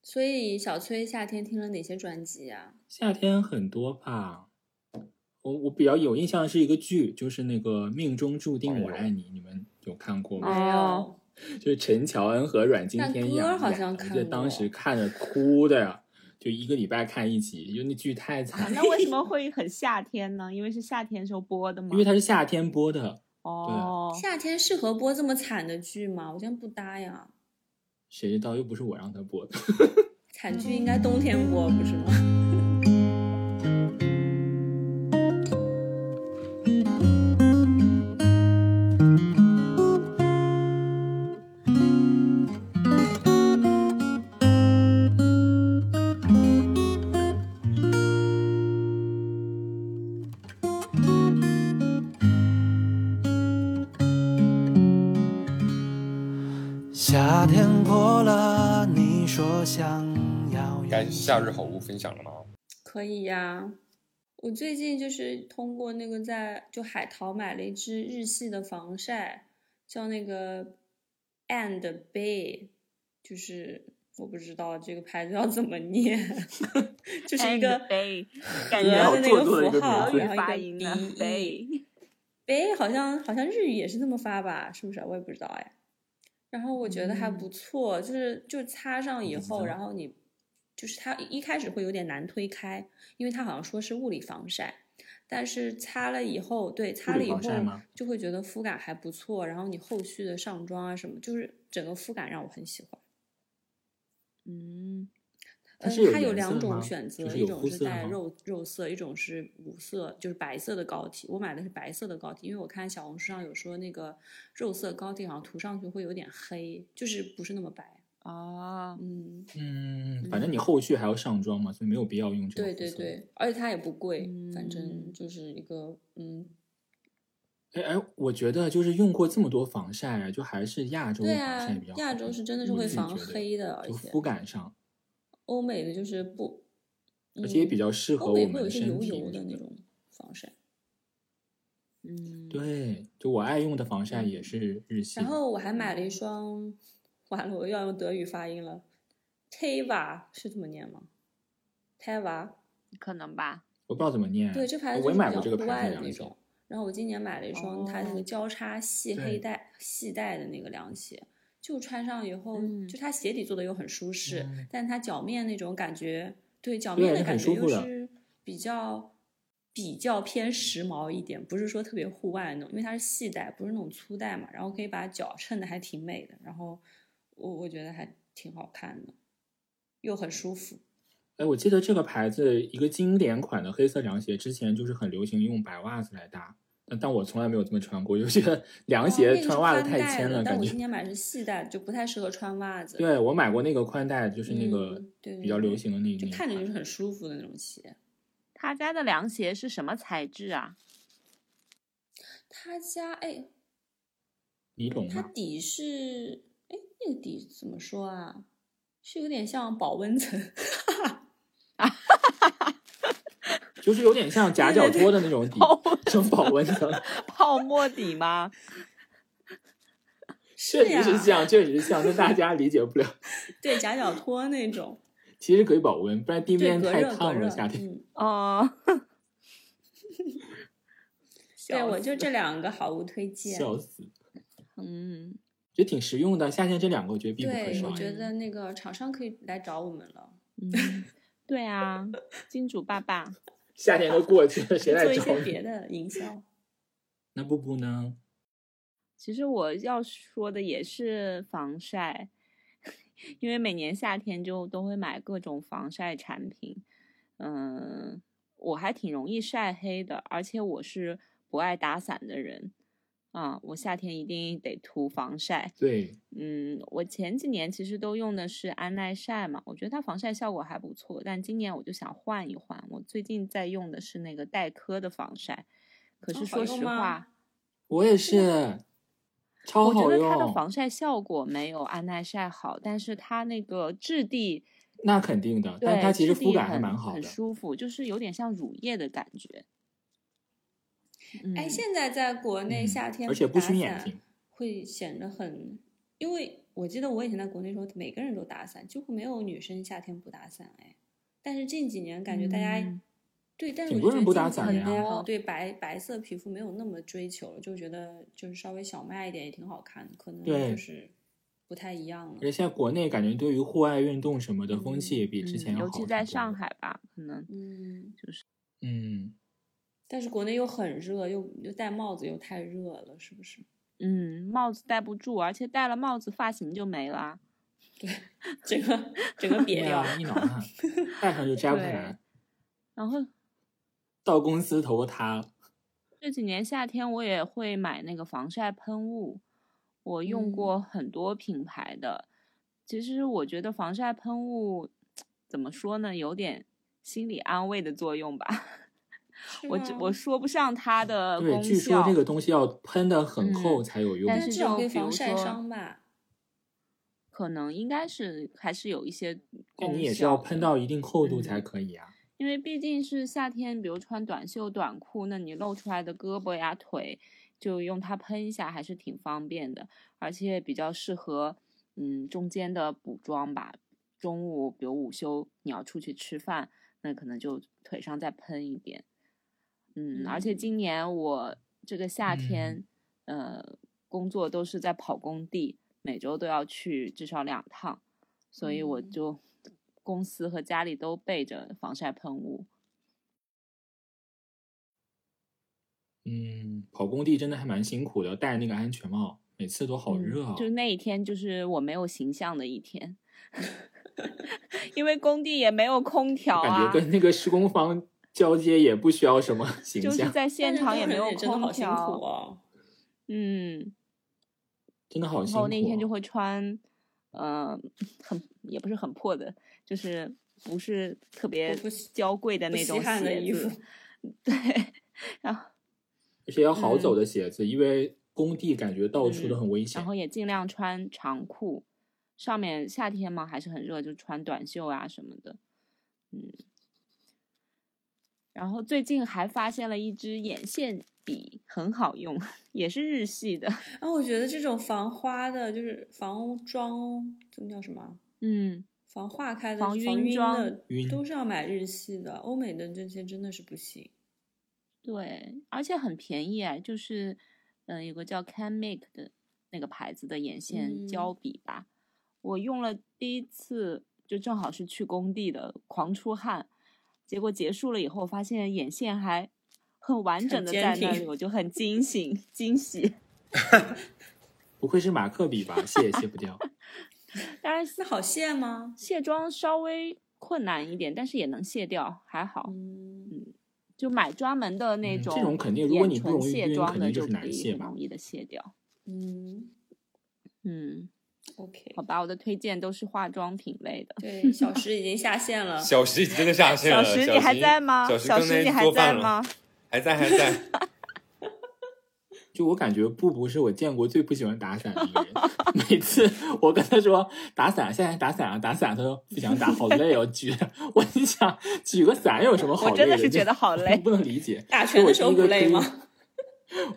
Speaker 2: 所以小崔夏天听了哪些专辑啊？
Speaker 1: 夏天很多吧，我我比较有印象是一个剧，就是那个《命中注定我爱你》，你们有看过吗？
Speaker 3: 哦
Speaker 2: 没有，
Speaker 1: 就是陈乔恩和阮经天演
Speaker 2: 但歌
Speaker 1: 的，
Speaker 2: 好像看过
Speaker 1: 我记得当时看着哭的呀，就一个礼拜看一集，因为那剧太
Speaker 3: 啊
Speaker 1: 惨，
Speaker 3: 那为什么会很夏天呢？因为是夏天时候播的吗
Speaker 1: 因为？它是夏天播的，
Speaker 3: 哦，
Speaker 2: 夏天适合播这么惨的剧吗？我真不搭呀，
Speaker 1: 谁知道又不是我让他播的。
Speaker 2: 惨
Speaker 3: 嗯
Speaker 2: 剧应该冬天播不是吗？
Speaker 6: 夏天过了，你说想要
Speaker 4: 该
Speaker 6: 远
Speaker 4: 夏日好物分享了吗？
Speaker 2: 可以呀。我最近就是通过那个在就海淘买了一支日系的防晒，叫那个 And Bay，就是我不知道这个牌子要怎么念，
Speaker 1: 啊
Speaker 2: 就是一个
Speaker 3: And Bay，感
Speaker 2: 格
Speaker 3: 觉
Speaker 1: 好
Speaker 2: 的那
Speaker 1: 啊做作的一
Speaker 2: 符
Speaker 1: 个
Speaker 2: 号，
Speaker 1: 名字
Speaker 2: 然后一个
Speaker 3: 发音的
Speaker 2: B E。
Speaker 3: Bay，
Speaker 2: 北好像好像日语也是这么发吧，是不是啊？我也不知道哎。然后我觉得还
Speaker 1: 嗯
Speaker 2: 不错，就是就擦上以后，然后你就是它一开始会有点难推开，因为它好像说是物理防晒，但是擦了以后，对，擦了以后
Speaker 1: 防晒吗
Speaker 2: 就会觉得肤感还不错，然后你后续的上妆啊什么，就是整个肤感让我很喜欢。
Speaker 3: 嗯，
Speaker 1: 它
Speaker 2: 嗯
Speaker 1: 是有，
Speaker 2: 它有
Speaker 1: 颜色
Speaker 2: 两
Speaker 1: 的
Speaker 2: 种
Speaker 1: 吗
Speaker 2: 选择，
Speaker 1: 就是
Speaker 2: 一
Speaker 1: 有
Speaker 2: 种
Speaker 1: 肤
Speaker 2: 是
Speaker 1: 色
Speaker 2: 带
Speaker 1: 吗
Speaker 2: 肉肉色，一种是无色，就是白色的膏体。我买的是白色的膏体，因为我看小红书上有说那个肉色膏体好像涂上去会有点黑，就是不是那么白。
Speaker 3: 哦，
Speaker 2: 嗯，
Speaker 1: 嗯，反正你后续还要上妆嘛，所以没有必要用这个
Speaker 2: 对
Speaker 1: 肤
Speaker 2: 对
Speaker 1: 色。
Speaker 2: 对，而且它也不贵，反正
Speaker 3: 嗯
Speaker 2: 就是一个嗯，
Speaker 1: 哎哎，我觉得就是用过这么多防晒啊，就还是亚洲
Speaker 2: 对
Speaker 1: 的
Speaker 2: 啊
Speaker 1: 防晒比较，好。
Speaker 2: 亚洲是真的是
Speaker 1: 你
Speaker 2: 会
Speaker 1: 自己
Speaker 2: 防
Speaker 1: 觉得
Speaker 2: 黑的，而
Speaker 1: 就
Speaker 2: 且
Speaker 1: 肤感上，
Speaker 2: 欧美的就是不，
Speaker 1: 而且也比
Speaker 2: 嗯
Speaker 1: 较适合
Speaker 2: 欧
Speaker 1: 我
Speaker 2: 美
Speaker 1: 们
Speaker 2: 会有一
Speaker 1: 的
Speaker 2: 些
Speaker 1: 身
Speaker 2: 油
Speaker 1: 体。
Speaker 2: 油
Speaker 1: 我觉
Speaker 2: 的那
Speaker 1: 得
Speaker 2: 种防晒。
Speaker 3: 嗯，
Speaker 1: 对，就我爱用的防晒也是日系的。
Speaker 2: 然后我还买了一双，完了我又要用德语发音了，Teva 是这么念吗？Teva，
Speaker 3: 可能吧，
Speaker 1: 我不知道怎么念，
Speaker 2: 对，这牌子
Speaker 1: 我
Speaker 2: 就
Speaker 1: 也
Speaker 2: 是
Speaker 1: 买
Speaker 2: 比较
Speaker 1: 过这个
Speaker 2: 户
Speaker 1: 牌子
Speaker 2: 外的
Speaker 1: 凉
Speaker 2: 那
Speaker 1: 鞋
Speaker 2: 种。。然后我今年买了一双它那个
Speaker 3: 哦
Speaker 2: 交叉细
Speaker 1: 对
Speaker 2: 黑带细带的那个凉鞋，就穿上以后，
Speaker 3: 嗯
Speaker 2: 就它鞋底做的又很舒适，
Speaker 1: 嗯
Speaker 2: 但它脚面那种感觉，对脚
Speaker 1: 对
Speaker 2: 面的
Speaker 1: 很
Speaker 2: 感觉
Speaker 1: 舒
Speaker 2: 又
Speaker 1: 服的
Speaker 2: 是比较比较偏时髦一点，不是说特别户外那种，因为它是细带，不是那种粗带嘛，然后可以把脚衬的还挺美的，然后我我觉得还挺好看的，又很舒服。
Speaker 1: 哎，我记得这个牌子一个经典款的黑色凉鞋，之前就是很流行用白袜子来搭，呃但但我从来没有这么穿过，我就觉得凉
Speaker 2: 哦那
Speaker 1: 鞋
Speaker 2: 个是
Speaker 1: 穿袜子
Speaker 2: 宽
Speaker 1: 太
Speaker 2: 带
Speaker 1: 牵
Speaker 2: 的
Speaker 1: 了，
Speaker 2: 但
Speaker 1: 感
Speaker 2: 我
Speaker 1: 觉
Speaker 2: 今。年买的是细带，就不太适合穿袜子。
Speaker 1: 对，我买过那个宽带，就是那个
Speaker 2: 嗯对对
Speaker 1: 比较流行的那
Speaker 2: 就
Speaker 1: 那一
Speaker 2: 看着
Speaker 1: 款
Speaker 2: 就是很舒服的那种鞋。
Speaker 3: 他家的凉鞋是什么材质 啊？
Speaker 2: 他家哎，
Speaker 1: 尼龙
Speaker 2: 它
Speaker 1: 嘛，
Speaker 2: 底是哎那个底怎么说啊？是有点像保温层，
Speaker 1: 就是有点 像夹脚拖的那种底
Speaker 3: 保，
Speaker 1: 这种保温层，
Speaker 3: 泡沫底吗？
Speaker 1: 确
Speaker 2: 是
Speaker 1: 实
Speaker 2: 呀，
Speaker 1: 是这样，确实是这样，但大家理解不了。
Speaker 2: 对夹脚拖那种，
Speaker 1: 其实可以保温，不然地
Speaker 2: 对
Speaker 1: 面
Speaker 2: 隔
Speaker 1: 太
Speaker 2: 热隔
Speaker 1: 烫
Speaker 2: 热
Speaker 1: 了，，夏天。
Speaker 2: 嗯，
Speaker 3: 哦，
Speaker 2: 对，
Speaker 3: 笑
Speaker 2: 我
Speaker 3: 死
Speaker 2: 就这两个好物推荐，
Speaker 1: 笑死，
Speaker 3: 嗯，
Speaker 1: 觉得挺实用的。夏天这两个我觉得必不可
Speaker 2: 对，
Speaker 1: 少
Speaker 2: 我。觉
Speaker 3: 嗯
Speaker 2: 得那个厂商可以来找我们了，
Speaker 3: 嗯，对啊，金主爸爸，
Speaker 1: 夏天都 过去了，谁来
Speaker 2: 做一
Speaker 1: 找
Speaker 2: 些
Speaker 1: 你？
Speaker 2: 别的 营销，
Speaker 1: 那布布呢？
Speaker 3: 其实我要说的也是防晒， 因为每年夏天就都会买各种防晒产品。嗯，我还挺容易晒黑的，而且我是不爱打伞的人啊，我夏天一定得涂防晒。
Speaker 1: 对，
Speaker 3: 嗯，我前几年其实都用的是安耐晒嘛，我觉得它防晒效果还不错，但今年我就想换一换。我最近在用的是那个黛珂的防晒，可
Speaker 2: 哦
Speaker 3: 是
Speaker 2: 好
Speaker 3: 说
Speaker 2: 用
Speaker 3: 实
Speaker 2: 吗
Speaker 3: 话，
Speaker 1: 我也是，超
Speaker 3: 我觉
Speaker 1: 好
Speaker 3: 得它的
Speaker 1: 用。
Speaker 3: 防晒效果没有安耐晒好，但是它那个质地，
Speaker 1: 那肯定的，
Speaker 3: 对，
Speaker 1: 但它其实
Speaker 3: 质
Speaker 1: 肤
Speaker 3: 地
Speaker 1: 感还
Speaker 3: 很
Speaker 1: 蛮好
Speaker 3: 很
Speaker 1: 的。
Speaker 3: 舒服，就是有点像乳液的感觉。嗯、
Speaker 2: 哎，现在在国内
Speaker 1: 嗯
Speaker 2: 夏天
Speaker 1: 而且不
Speaker 2: 打
Speaker 1: 熏眼
Speaker 2: 伞
Speaker 1: 睛，
Speaker 2: 会显得很，因为我记得我以前在国内的时候，每个人都打伞，几乎没有女生夏天不打伞哎。但是近几年感觉大家、
Speaker 3: 嗯
Speaker 2: 对，但是
Speaker 1: 挺
Speaker 2: 我
Speaker 1: 多
Speaker 2: 就
Speaker 1: 人
Speaker 2: 觉
Speaker 1: 不
Speaker 2: 得
Speaker 1: 打
Speaker 2: 近几
Speaker 1: 伞
Speaker 2: 年
Speaker 1: 的呀
Speaker 2: 哦对白白色皮肤没有那么追求了，就觉得就是稍微小麦一点也挺好看的，可能
Speaker 1: 对
Speaker 2: 就是不太一样了
Speaker 1: 而。且现在国内感觉对于户外运动什么的风气也比之前
Speaker 3: 嗯
Speaker 1: 要好、
Speaker 3: 尤其在上。海吧，可能
Speaker 2: 嗯，
Speaker 1: 嗯，
Speaker 2: 但是国内又很热，又又戴帽子又太热了，是不是？
Speaker 3: 嗯帽子戴不住，而且戴了帽子发型就没了。啊
Speaker 2: 整个整个
Speaker 1: 对
Speaker 2: 瘪掉。
Speaker 1: 呀，一 脑汗，戴上就摘不
Speaker 3: 对
Speaker 1: 回来。
Speaker 3: 然后
Speaker 1: 到公司头发塌了。
Speaker 3: 这几年夏天我也会买那个防晒喷雾，我用
Speaker 2: 嗯
Speaker 3: 过很多品牌的。其实我觉得防晒喷雾怎么说呢，有点心理安慰的作用吧。
Speaker 2: 是
Speaker 3: 我只
Speaker 2: 吗
Speaker 3: 我说不上它的
Speaker 1: 对，
Speaker 3: 呃功
Speaker 1: 据说
Speaker 3: 效，
Speaker 1: 这个东西要喷的很厚
Speaker 3: 嗯
Speaker 1: 才有用。
Speaker 3: 但
Speaker 2: 那
Speaker 3: 是
Speaker 2: 至少
Speaker 3: 就
Speaker 2: 可以
Speaker 3: 比如
Speaker 2: 防晒
Speaker 3: 说
Speaker 2: 伤吧？
Speaker 3: 可能应该是还是有一些
Speaker 1: 但
Speaker 3: 功
Speaker 1: 你也是
Speaker 3: 效
Speaker 1: 要
Speaker 3: 的
Speaker 1: 喷到一定厚度才
Speaker 3: 嗯
Speaker 1: 可以啊。
Speaker 3: 因为毕竟是夏天，比如穿短袖短裤，那你露出来的胳膊呀腿，就用它喷一下还是挺方便的，而且比较适合嗯中间的补妆吧。中午比如午休你要出去吃饭，那可能就腿上再喷一点。嗯，而且
Speaker 2: 嗯
Speaker 3: 今年我这个夏天，呃，工作都是在跑工地，每周都要去至少两趟，所以我
Speaker 2: 嗯
Speaker 3: 就公司和家里都备着防晒喷雾。
Speaker 1: 嗯，跑工地真的还蛮辛苦的，戴那个安全帽，每次都好
Speaker 3: 嗯
Speaker 1: 热啊、
Speaker 3: 就是那一天，就是我没有形象的一 天，因为工地也没有空调
Speaker 1: 感觉
Speaker 3: 啊，
Speaker 1: 跟那个施工方交接也不需 要什么形
Speaker 3: 就
Speaker 1: 象，
Speaker 3: 是在
Speaker 2: 但
Speaker 3: 现
Speaker 2: 是
Speaker 3: 场
Speaker 2: 工
Speaker 3: 也没
Speaker 2: 人
Speaker 3: 有
Speaker 2: 真的
Speaker 3: 空
Speaker 2: 好辛苦
Speaker 3: 调。
Speaker 2: 哦。
Speaker 3: 嗯，
Speaker 1: 真的好
Speaker 3: 然
Speaker 1: 辛苦、啊
Speaker 3: 后那天就，会穿，呃，很也不是很破的，就是不是特别
Speaker 2: 不不
Speaker 3: 娇贵的
Speaker 2: 不
Speaker 3: 那
Speaker 2: 稀
Speaker 3: 种
Speaker 2: 罕的
Speaker 3: 鞋
Speaker 2: 衣
Speaker 3: 子
Speaker 2: 服。
Speaker 3: 对，然后
Speaker 1: 而且要好
Speaker 3: 嗯
Speaker 1: 走的鞋子，因为工地感觉到处都很危险。
Speaker 3: 然后也尽量穿长裤，上面夏天嘛还是很热，就穿短袖啊什么的，嗯。然后最近还发现了一支眼线笔，很好用， 也是日系的，
Speaker 2: 然后我觉得这种防花的，就是防妆，这个叫什么啊？
Speaker 3: 嗯，
Speaker 2: 防化开的、
Speaker 3: 防
Speaker 2: 防
Speaker 3: 晕
Speaker 2: 晕
Speaker 3: 妆
Speaker 2: 的，
Speaker 1: 晕
Speaker 2: 都是要买日系的。欧美的这些真的是不行。
Speaker 3: 呃对，而且很便宜啊，就是，嗯、有个叫 CanMake 的那个牌子的眼线
Speaker 2: 嗯
Speaker 3: 胶笔吧。我用了第一次，就正好是去工地的，狂出汗，结果结束了以后，发现眼线还很完整
Speaker 2: 很
Speaker 3: 的
Speaker 2: 坚
Speaker 3: 在那
Speaker 2: 挺
Speaker 3: 里，我就很惊醒惊喜。
Speaker 1: 不愧是马克笔吧，卸也卸 不掉。
Speaker 3: 但是
Speaker 2: 那好卸吗？
Speaker 3: 卸妆稍微困难一点，但是也能卸掉，还好。
Speaker 2: 嗯，
Speaker 3: 就买专门的那
Speaker 1: 嗯这
Speaker 3: 种、
Speaker 1: 种肯定如果你不容易
Speaker 3: 卸
Speaker 1: 晕
Speaker 3: 妆
Speaker 1: 肯
Speaker 3: 的
Speaker 1: 定就是
Speaker 3: 可
Speaker 1: 难
Speaker 3: 以
Speaker 1: 卸
Speaker 3: 很
Speaker 1: 嘛
Speaker 3: 容易的卸掉。
Speaker 2: 嗯
Speaker 3: 嗯，
Speaker 2: ，OK，
Speaker 3: 好吧，我的推荐都是化妆品类的。
Speaker 2: 对，小石已经下线了，
Speaker 4: 小石已经真的下线了。
Speaker 3: 嗯石，
Speaker 4: 小
Speaker 3: 你还在吗？
Speaker 4: 小
Speaker 3: 小
Speaker 4: 刚才
Speaker 3: 石，你还
Speaker 4: 做
Speaker 3: 在
Speaker 4: 饭了
Speaker 3: 吗？？
Speaker 4: 还在，还在。
Speaker 1: 就我感觉布布是我见过最不喜欢打伞的一个人。 每次我跟他说打伞，现在打伞啊，打伞，他说不想打，好累哦，举着。 我心想举个伞有什么好
Speaker 3: 我
Speaker 1: 累
Speaker 3: 真的是
Speaker 1: 就
Speaker 3: 觉得好
Speaker 1: 我
Speaker 3: 累。
Speaker 1: 不能理解。
Speaker 2: 打拳的时候不累吗
Speaker 1: 所以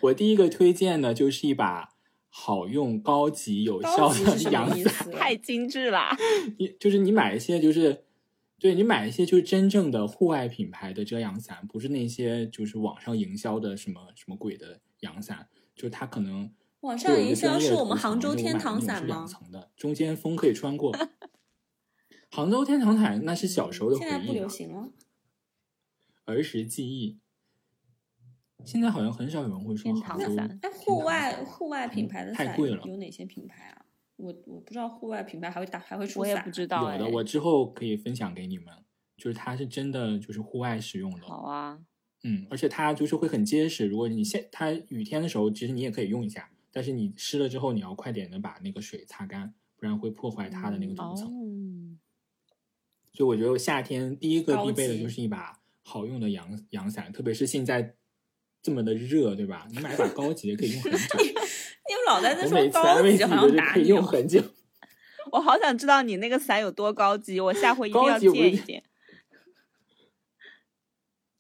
Speaker 1: 我第一个推？我第一个推荐呢，就是一把好用、高级、有效
Speaker 2: 高级
Speaker 1: 的
Speaker 2: 是什
Speaker 1: 阳
Speaker 2: 么
Speaker 1: 伞
Speaker 2: 意。思？
Speaker 3: 太精致啦！
Speaker 1: 你就是你买一些就是，对你买一些就是真正的户外品牌的遮阳伞，不是那些就是网上营销的什么什么鬼的阳伞，就它可能
Speaker 2: 网
Speaker 1: 会
Speaker 2: 上
Speaker 1: 有一
Speaker 2: 营
Speaker 1: 个专
Speaker 2: 销
Speaker 1: 业
Speaker 2: 是
Speaker 1: 的
Speaker 2: 我们
Speaker 1: 图层
Speaker 2: 杭州
Speaker 1: 就
Speaker 2: 天
Speaker 1: 买那
Speaker 2: 堂
Speaker 1: 种
Speaker 2: 伞
Speaker 1: 是两
Speaker 2: 吗？
Speaker 1: 层的，中间风可以穿过。 杭州天堂伞 那是小时候的回
Speaker 2: 嗯现在
Speaker 1: 忆
Speaker 2: 不流
Speaker 1: 了，
Speaker 2: 行了。
Speaker 1: 儿时记忆。现在好像很少有人会说
Speaker 3: 天
Speaker 1: 杭
Speaker 3: 堂
Speaker 1: 州
Speaker 3: 伞
Speaker 2: 哎，
Speaker 1: 天
Speaker 2: 户
Speaker 1: 堂
Speaker 2: 外
Speaker 1: 伞
Speaker 2: 户外品牌的
Speaker 1: 嗯太
Speaker 2: 伞
Speaker 1: 贵
Speaker 2: 有
Speaker 1: 了
Speaker 2: 有哪些品牌啊？我我不知道户外品牌还会打还会出
Speaker 3: 我
Speaker 2: 伞
Speaker 3: 也
Speaker 2: 啊，
Speaker 3: 不知道、哎。
Speaker 1: 有的，我之后可以分享给你们，就是它是真的就是户外使用的。
Speaker 3: 好 啊，
Speaker 1: 嗯，而且它就是会很结实。如果你现它雨天的时候，其实你也可以用一下，但是你湿了之后，你要快点的把那个水擦干，不然会破坏它的那个
Speaker 2: 嗯
Speaker 1: 涂
Speaker 3: 哦
Speaker 1: 层。，所以我觉得夏天第一个
Speaker 2: 高
Speaker 1: 必备的
Speaker 2: 级
Speaker 1: 就是一把好用的阳阳伞，特别是现在这么的热，对吧？你买一把高级的可以用很久。
Speaker 2: 你们老在这
Speaker 1: 我
Speaker 2: 说
Speaker 1: 每次安
Speaker 2: 高
Speaker 1: 慰自
Speaker 2: 级，
Speaker 1: 己都
Speaker 2: 好像
Speaker 1: 是
Speaker 2: 打
Speaker 1: 可以
Speaker 2: 你
Speaker 1: 用
Speaker 2: 哦。
Speaker 1: 很久。
Speaker 3: 我好想知道你那个伞有多高级，我下回一定
Speaker 1: 高
Speaker 3: 要
Speaker 1: 级我
Speaker 3: 借
Speaker 1: 就
Speaker 3: 一件。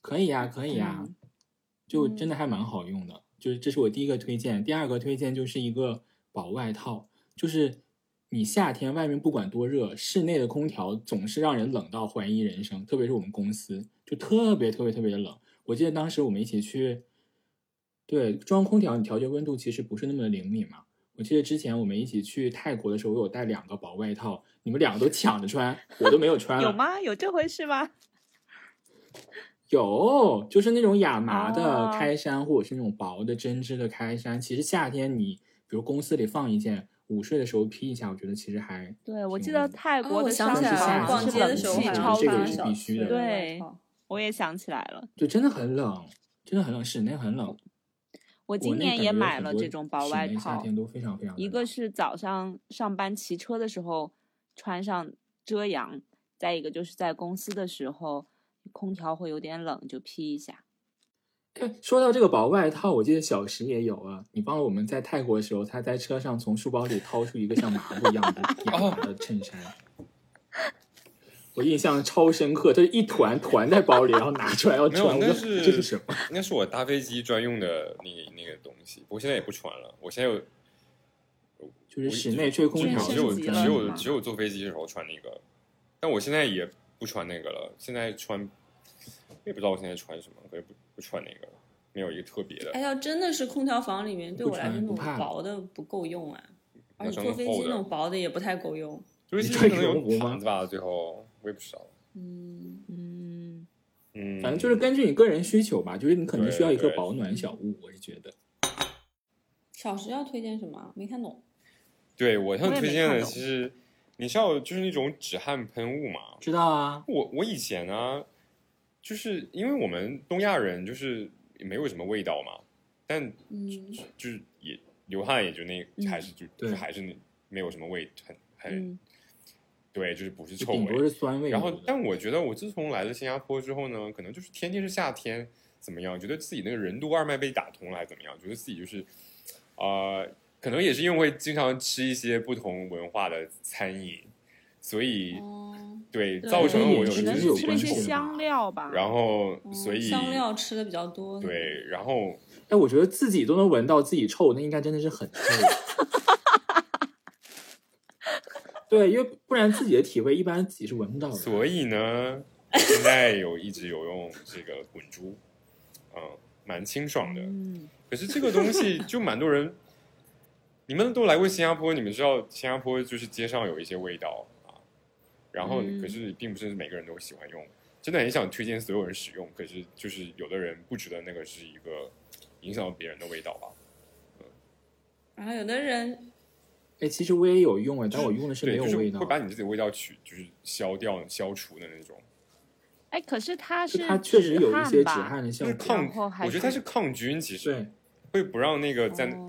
Speaker 1: 可以呀、可以呀、
Speaker 3: 嗯
Speaker 1: 就真的还蛮好用的。就是这是我第一个推荐，第二个推荐就是一个薄外套，就是你夏天外面不管多热，室内的空调总是让人冷到怀疑人生，特别是我们公司就特别特别特别冷。我记得当时我们一起去，对，装空调你调节温度其实不是那么的灵敏嘛。我记得之前我们一起去泰国的时候，我有带两个薄外套，你们两个都抢着穿，我都没有穿
Speaker 3: 有
Speaker 1: 了。
Speaker 3: 吗？有这回事吗？
Speaker 1: 有，就是那种亚麻的
Speaker 3: 哦
Speaker 1: 开衫，或者是那种薄的针织的开衫。其实夏天你，比如公司里放一件，午睡的时候披一下，我觉得其实还
Speaker 3: 对，我
Speaker 1: 挺
Speaker 3: 记
Speaker 1: 有
Speaker 3: 得
Speaker 1: 用的
Speaker 3: 泰国
Speaker 2: 哦，我
Speaker 3: 的
Speaker 2: 想
Speaker 3: 商
Speaker 1: 上
Speaker 2: 起来
Speaker 1: 次夏
Speaker 3: 场
Speaker 2: 了，
Speaker 1: 天
Speaker 3: 好像是冷
Speaker 2: 逛街的时候
Speaker 3: 气
Speaker 2: 还
Speaker 3: 超
Speaker 2: 要
Speaker 1: 这个
Speaker 2: 穿
Speaker 1: 也
Speaker 3: 烦，
Speaker 1: 是
Speaker 2: 小
Speaker 1: 必须的
Speaker 2: 丝的
Speaker 3: 对
Speaker 2: 外套
Speaker 3: 我也想起来了。
Speaker 1: 对，真的很冷，真的很冷，室内很冷。
Speaker 3: 我
Speaker 1: 国
Speaker 3: 今年
Speaker 1: 内
Speaker 3: 也
Speaker 1: 感觉
Speaker 3: 买
Speaker 1: 很
Speaker 3: 了
Speaker 1: 多
Speaker 3: 这种薄
Speaker 1: 室
Speaker 3: 外
Speaker 1: 内夏
Speaker 3: 套，
Speaker 1: 天都非常非常地
Speaker 3: 一个
Speaker 1: 冷
Speaker 3: 是早上上班骑车的时候穿上遮阳，再一个就是在公司的时候，空调会有点冷，就披一下。
Speaker 4: 嗯
Speaker 1: 哎说到这个薄外套，我记得小石也有啊。你帮我们在泰国的时候，他在车上从书包里掏出一个像麻布一 样的亚
Speaker 4: 哦
Speaker 1: 麻的衬衫，我印象超深刻，就是一团团在包里，然后拿出来要
Speaker 4: 没有
Speaker 1: 穿。我说
Speaker 4: 那是
Speaker 1: 这是什么？
Speaker 4: 那是我搭飞机专用的那个那个东西，我现在也不穿了。我现在有
Speaker 1: 就是室内吹空
Speaker 4: 就
Speaker 1: 调
Speaker 4: 只有
Speaker 1: 的
Speaker 3: 健身
Speaker 4: 只
Speaker 3: 级了
Speaker 4: 有只
Speaker 3: 是
Speaker 4: 有
Speaker 3: 吗
Speaker 4: 只有坐飞机的时候穿那个，但我现在也不穿那个了。现在穿也不知道我现在穿什么，我也不不穿那个了，没有一个特别的
Speaker 2: 哎。呀，真的是空调房里面对
Speaker 1: 不
Speaker 2: 我来说
Speaker 1: 穿
Speaker 2: 那
Speaker 1: 不
Speaker 2: 种
Speaker 1: 怕
Speaker 2: 薄的不够用啊，而
Speaker 4: 那
Speaker 2: 且
Speaker 4: 穿
Speaker 2: 坐
Speaker 4: 个
Speaker 2: 飞
Speaker 4: 厚
Speaker 2: 机
Speaker 4: 的
Speaker 2: 那种薄的也不太够用。
Speaker 4: 就是
Speaker 1: 你
Speaker 4: 现在
Speaker 1: 穿
Speaker 4: 可
Speaker 1: 羽
Speaker 4: 能
Speaker 1: 绒服
Speaker 4: 有
Speaker 1: 吗
Speaker 4: 毯子吧，最后我也不知道。
Speaker 2: 嗯，
Speaker 3: 嗯，
Speaker 4: 嗯，
Speaker 1: 反正就是根据你个人需求吧，就是你可能需要一个
Speaker 4: 对对
Speaker 1: 保暖小物，我是觉得。
Speaker 2: 小石要推荐什么啊？没看懂。
Speaker 4: 对我想
Speaker 3: 我也没
Speaker 4: 推荐
Speaker 3: 看
Speaker 4: 的
Speaker 3: 懂
Speaker 4: 其实你知道就是那种止汗喷雾嘛，
Speaker 1: 知道啊，
Speaker 4: 我我以前呢、就是因为我们东亚人就是也没有什么味道嘛，但
Speaker 2: 嗯，
Speaker 4: 就是也流汗也就那
Speaker 3: 嗯
Speaker 4: 还是就、
Speaker 1: 对
Speaker 4: 就还是那没有什么味，很很、
Speaker 3: 嗯，
Speaker 4: 对，就是不是
Speaker 1: 就
Speaker 4: 臭
Speaker 1: 顶多
Speaker 4: 味。
Speaker 1: 是酸味。
Speaker 4: 然后
Speaker 1: 我觉，得
Speaker 4: 但我觉得我自从来了新加坡之后呢，可能就是天天是夏天，怎么样？觉得自己那个任督二脉被打通了，还是怎么样？觉得自己就是，呃，可能也是因为会经常吃一些不同文化的餐饮，所以、
Speaker 2: 哦，
Speaker 4: 对
Speaker 3: 对
Speaker 4: 造成了我有
Speaker 1: 饮
Speaker 3: 可
Speaker 1: 食
Speaker 4: 时候
Speaker 3: 能
Speaker 1: 是
Speaker 3: 是
Speaker 1: 有
Speaker 4: 自
Speaker 3: 吃
Speaker 4: 己
Speaker 3: 了一
Speaker 1: 关
Speaker 3: 些
Speaker 1: 系的
Speaker 3: 香
Speaker 1: 吧
Speaker 3: 料吧。
Speaker 4: 然后
Speaker 2: 哦
Speaker 4: 所以、
Speaker 2: 香料吃的比较多。
Speaker 4: 对，然后
Speaker 1: 哎，我觉得自己都能闻到自己臭，那应该真的是很臭的。对，因为不然自己的体味一般自己是闻不到的。
Speaker 4: 所以呢，现在有一直有用这个滚珠，嗯，蛮清爽的。
Speaker 3: 嗯，
Speaker 4: 可是这个东西就蛮多人你们都来过新加坡，你们知道新加坡就是街上有一些味道啊，然后
Speaker 3: 嗯
Speaker 4: 可是并不是每个人都喜欢用，真的很想推荐所有人使用，可是就是有的人不觉得那个是一个影响到别人的味道吧。
Speaker 2: 然后有的人
Speaker 1: 哎，其实我也有用哎，但我用的是没
Speaker 4: 对，
Speaker 1: 有
Speaker 4: 就是
Speaker 1: 味道
Speaker 4: 会，把你自己的味道去就是消掉、消除的那种。
Speaker 3: 哎，可是它
Speaker 1: 就是它确实有一些止
Speaker 3: 吧
Speaker 1: 汗的效
Speaker 4: 就是
Speaker 1: 果
Speaker 4: 抗。
Speaker 3: 然后，还
Speaker 4: 我觉得它是抗菌，其实
Speaker 1: 对，
Speaker 4: 会不让那个在、
Speaker 3: 哦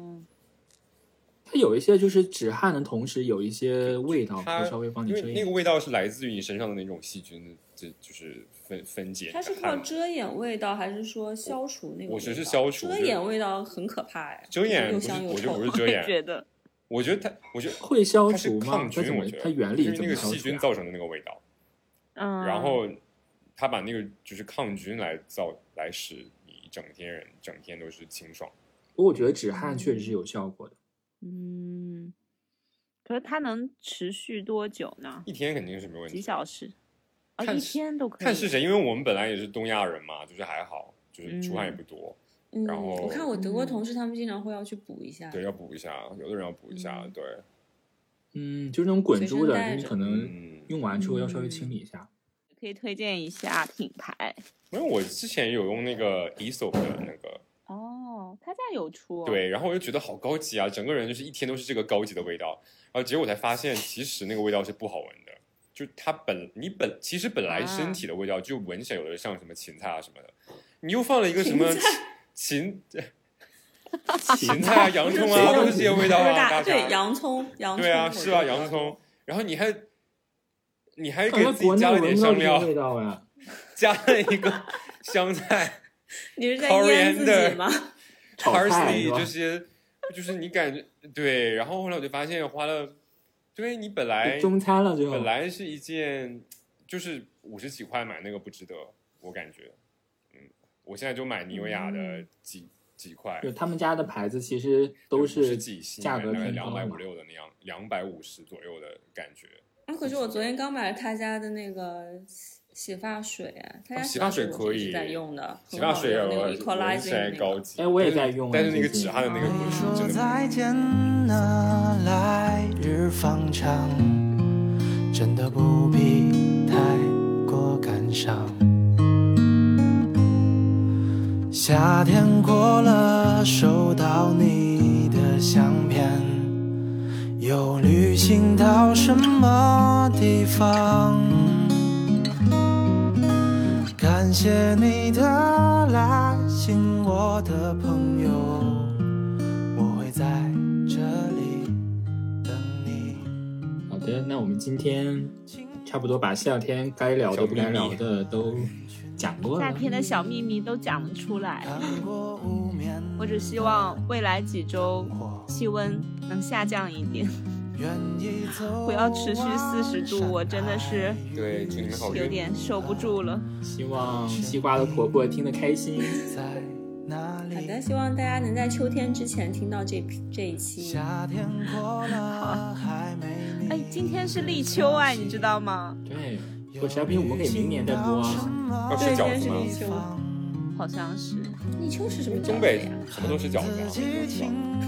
Speaker 1: 它有一些就是止汗的同时有一些味道，
Speaker 4: 它
Speaker 1: 会稍微帮你
Speaker 4: 因
Speaker 1: 遮
Speaker 4: 为那个
Speaker 1: 掩。
Speaker 4: 味道是来自于你身上的那种细菌，这就是分分解你的
Speaker 2: 他
Speaker 4: 汗。
Speaker 2: 是靠遮掩味道，还是说消除那个味道？
Speaker 4: 我觉得是消除
Speaker 2: 遮掩味道很可怕哎，
Speaker 4: 遮掩
Speaker 2: 又
Speaker 4: 不是
Speaker 2: 香又
Speaker 4: 我就不
Speaker 2: 臭。
Speaker 4: 是
Speaker 3: 觉
Speaker 4: 遮掩，
Speaker 3: 得
Speaker 4: 我觉得它，我觉得
Speaker 1: 会消
Speaker 4: 它是
Speaker 1: 除吗
Speaker 4: 抗？
Speaker 1: 它怎
Speaker 4: 菌，
Speaker 1: 么
Speaker 4: 我觉？得
Speaker 1: 它原理
Speaker 4: 就是
Speaker 1: 怎么
Speaker 4: 那个
Speaker 1: 消
Speaker 4: 细
Speaker 1: 除
Speaker 4: 菌
Speaker 1: 啊？
Speaker 4: 造成的那个味道，
Speaker 3: 嗯，
Speaker 4: 然后它把那个就是抗菌来造来使你整天人整天都是清爽。
Speaker 1: 不过我觉得止汗确实是有效果的。
Speaker 3: 嗯，可是它能持续多久呢？
Speaker 4: 一天肯定是没问
Speaker 3: 几
Speaker 4: 题，
Speaker 3: 小时？啊、
Speaker 4: 看
Speaker 3: 一
Speaker 4: 是
Speaker 3: 天都可以。
Speaker 4: 看是谁，因为我们本来也是东亚人嘛，就是还好，就是出汗也不多，
Speaker 2: 嗯，
Speaker 4: 然后
Speaker 2: 我看我德国同事他们经常会要去补一下，
Speaker 4: 对，要补一下，有的人要补一下，
Speaker 2: 嗯
Speaker 4: 对，
Speaker 1: 嗯，就是那种滚珠
Speaker 2: 随身
Speaker 1: 的，
Speaker 2: 带
Speaker 1: 就是
Speaker 2: 着
Speaker 1: 可能
Speaker 4: 嗯，
Speaker 1: 用完之后要稍微清理一下。
Speaker 3: 可以推荐一下品牌
Speaker 4: 因为我之前有用那个 Esop 的那个，
Speaker 3: 哦，他家有出、哦。，
Speaker 4: 对，然后我就觉得好高级啊，整个人就是一天都是这个高级的味道，然后结果我才发现，其实那个味道是不好闻的，就它本你本其实本来身体的味道就闻起来有的像什么芹菜啊什么的，你又放了一个什么芹 芹菜 啊、洋葱啊，都是这些味道
Speaker 2: 不
Speaker 4: 啊，
Speaker 2: 是
Speaker 4: 大
Speaker 2: 大
Speaker 4: 家
Speaker 2: 对洋葱，洋葱
Speaker 4: 对啊，
Speaker 2: 我
Speaker 4: 是
Speaker 2: 觉
Speaker 4: 啊，
Speaker 2: 得
Speaker 4: 洋葱，然后你还你还
Speaker 1: 感
Speaker 4: 给
Speaker 1: 觉
Speaker 4: 自
Speaker 1: 国
Speaker 4: 己
Speaker 1: 内
Speaker 4: 加了
Speaker 1: 闻
Speaker 4: 点
Speaker 1: 不到
Speaker 4: 香
Speaker 1: 这
Speaker 4: 料
Speaker 1: 个，味道 呀。
Speaker 4: 加了一个香菜。
Speaker 2: 你是在腌自己吗？
Speaker 1: 炒菜是
Speaker 4: parsley
Speaker 1: 吧
Speaker 4: 这些，就是你感觉对，然后后来我就发现花了，对你本来
Speaker 1: 中餐了最后
Speaker 4: 本，来是一件，就是五十几块买那个不值得，我感觉，嗯，我现在就买妮维雅的几、几块，
Speaker 1: 就他们家的牌子其实嗯都
Speaker 4: 是
Speaker 1: 是
Speaker 4: 几新
Speaker 1: 价
Speaker 4: 买
Speaker 1: 格
Speaker 4: 大概
Speaker 1: 偏
Speaker 4: 两
Speaker 1: 高
Speaker 4: 百
Speaker 1: 的
Speaker 4: 五
Speaker 1: 嘛。
Speaker 4: 六的那样，两百五十左右的感觉。
Speaker 2: 啊，可是我昨天刚买了他家的那个洗洗发水，啊，他家
Speaker 4: 哦洗发水
Speaker 2: 我
Speaker 4: 可以
Speaker 2: 一直在用的，
Speaker 4: 洗发水啊
Speaker 2: 有
Speaker 4: 有
Speaker 2: 那个
Speaker 4: 闻起
Speaker 2: equalizer
Speaker 4: 来
Speaker 2: 那
Speaker 4: 高
Speaker 2: 个。哦
Speaker 4: 级，
Speaker 1: 哎我也
Speaker 4: 但
Speaker 1: 在
Speaker 4: 是
Speaker 1: 用啊
Speaker 4: 但是那
Speaker 1: 最
Speaker 4: 个
Speaker 1: 近
Speaker 4: 止汗的那个
Speaker 6: 你
Speaker 4: 味
Speaker 6: 说
Speaker 4: 真的不
Speaker 6: 再见啊，来日方长，真的不必太过感伤。夏天过了，收到你的相片，又旅行到什么地方？感谢你的来信，我的朋友。我会在这里等你。
Speaker 1: 好的，那我们今天差不多把夏天该聊的、不该聊的都讲过
Speaker 3: 夏
Speaker 1: 了。
Speaker 3: 天的小秘密都讲了出来。
Speaker 6: 看过无眠的
Speaker 3: 我只希望未来几周
Speaker 6: 我
Speaker 3: 气温能下降一点，
Speaker 6: 愿意走
Speaker 3: 不要持续40度我真的是
Speaker 4: 对祝你们好
Speaker 6: 哦
Speaker 4: 运
Speaker 3: 有点受不住了。
Speaker 1: 希望西瓜的婆婆听得开心。
Speaker 6: 在哪里？
Speaker 2: 好的，希望大家能在秋天之前听到这这一期。
Speaker 6: 夏天过了，还没你
Speaker 3: 哎，今天是立秋哎，你知道吗？
Speaker 1: 对，我小品我们可以明年再播啊。
Speaker 4: 要吃
Speaker 2: 对，今
Speaker 4: 饺
Speaker 2: 天
Speaker 4: 子
Speaker 2: 是立
Speaker 4: 吗？
Speaker 2: 秋，
Speaker 3: 好像是，
Speaker 2: 立秋是什么
Speaker 4: 东
Speaker 2: 饺
Speaker 4: 北
Speaker 2: 子呀？
Speaker 4: 什么都是饺子啊。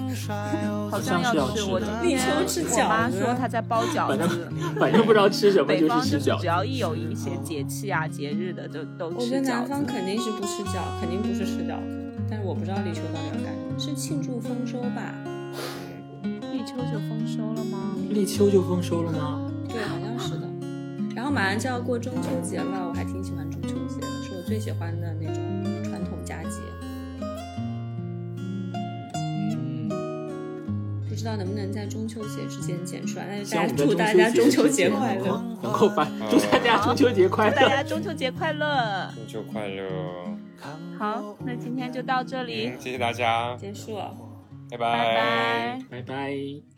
Speaker 3: 好像要
Speaker 1: 好像是要吃的
Speaker 3: 我今天
Speaker 2: 立秋吃饺子
Speaker 3: 我妈说她在包饺
Speaker 1: 反正
Speaker 3: 子。
Speaker 1: 反正不知道吃什么，
Speaker 3: 北
Speaker 1: 就是
Speaker 3: 方就
Speaker 1: 吃
Speaker 3: 是
Speaker 1: 饺
Speaker 3: 只
Speaker 1: 子。
Speaker 3: 要一有一些节气啊、节日的，就都
Speaker 2: 我
Speaker 3: 吃
Speaker 2: 跟
Speaker 3: 饺
Speaker 2: 南方
Speaker 3: 子。
Speaker 2: 肯定是不吃饺，肯定不是吃饺子，但是我不知道立秋到底要干什么，是庆祝丰收吧？
Speaker 3: 立秋就丰收了吗？
Speaker 1: 立秋就丰收了吗？
Speaker 2: 对，好像是的。然后马上就要过中秋节了，我还挺喜欢中秋节的，是我最喜欢的那种传统佳节。
Speaker 1: 嗯，
Speaker 2: 不知道能不能在中秋节之间剪出来，但是
Speaker 1: 希望
Speaker 2: 大
Speaker 1: 我们
Speaker 2: 家
Speaker 1: 在
Speaker 2: 祝大家中秋
Speaker 1: 秋
Speaker 2: 节
Speaker 1: 节
Speaker 2: 快乐。
Speaker 1: 能够把祝大家中秋节快
Speaker 3: 祝大
Speaker 1: 乐。
Speaker 3: 家中秋节快乐！
Speaker 4: 中秋嗯快乐！
Speaker 3: 好，那今天就到这里
Speaker 4: 嗯，，谢谢大家，
Speaker 2: 结束了。
Speaker 4: 拜
Speaker 3: 拜拜。
Speaker 1: 拜拜。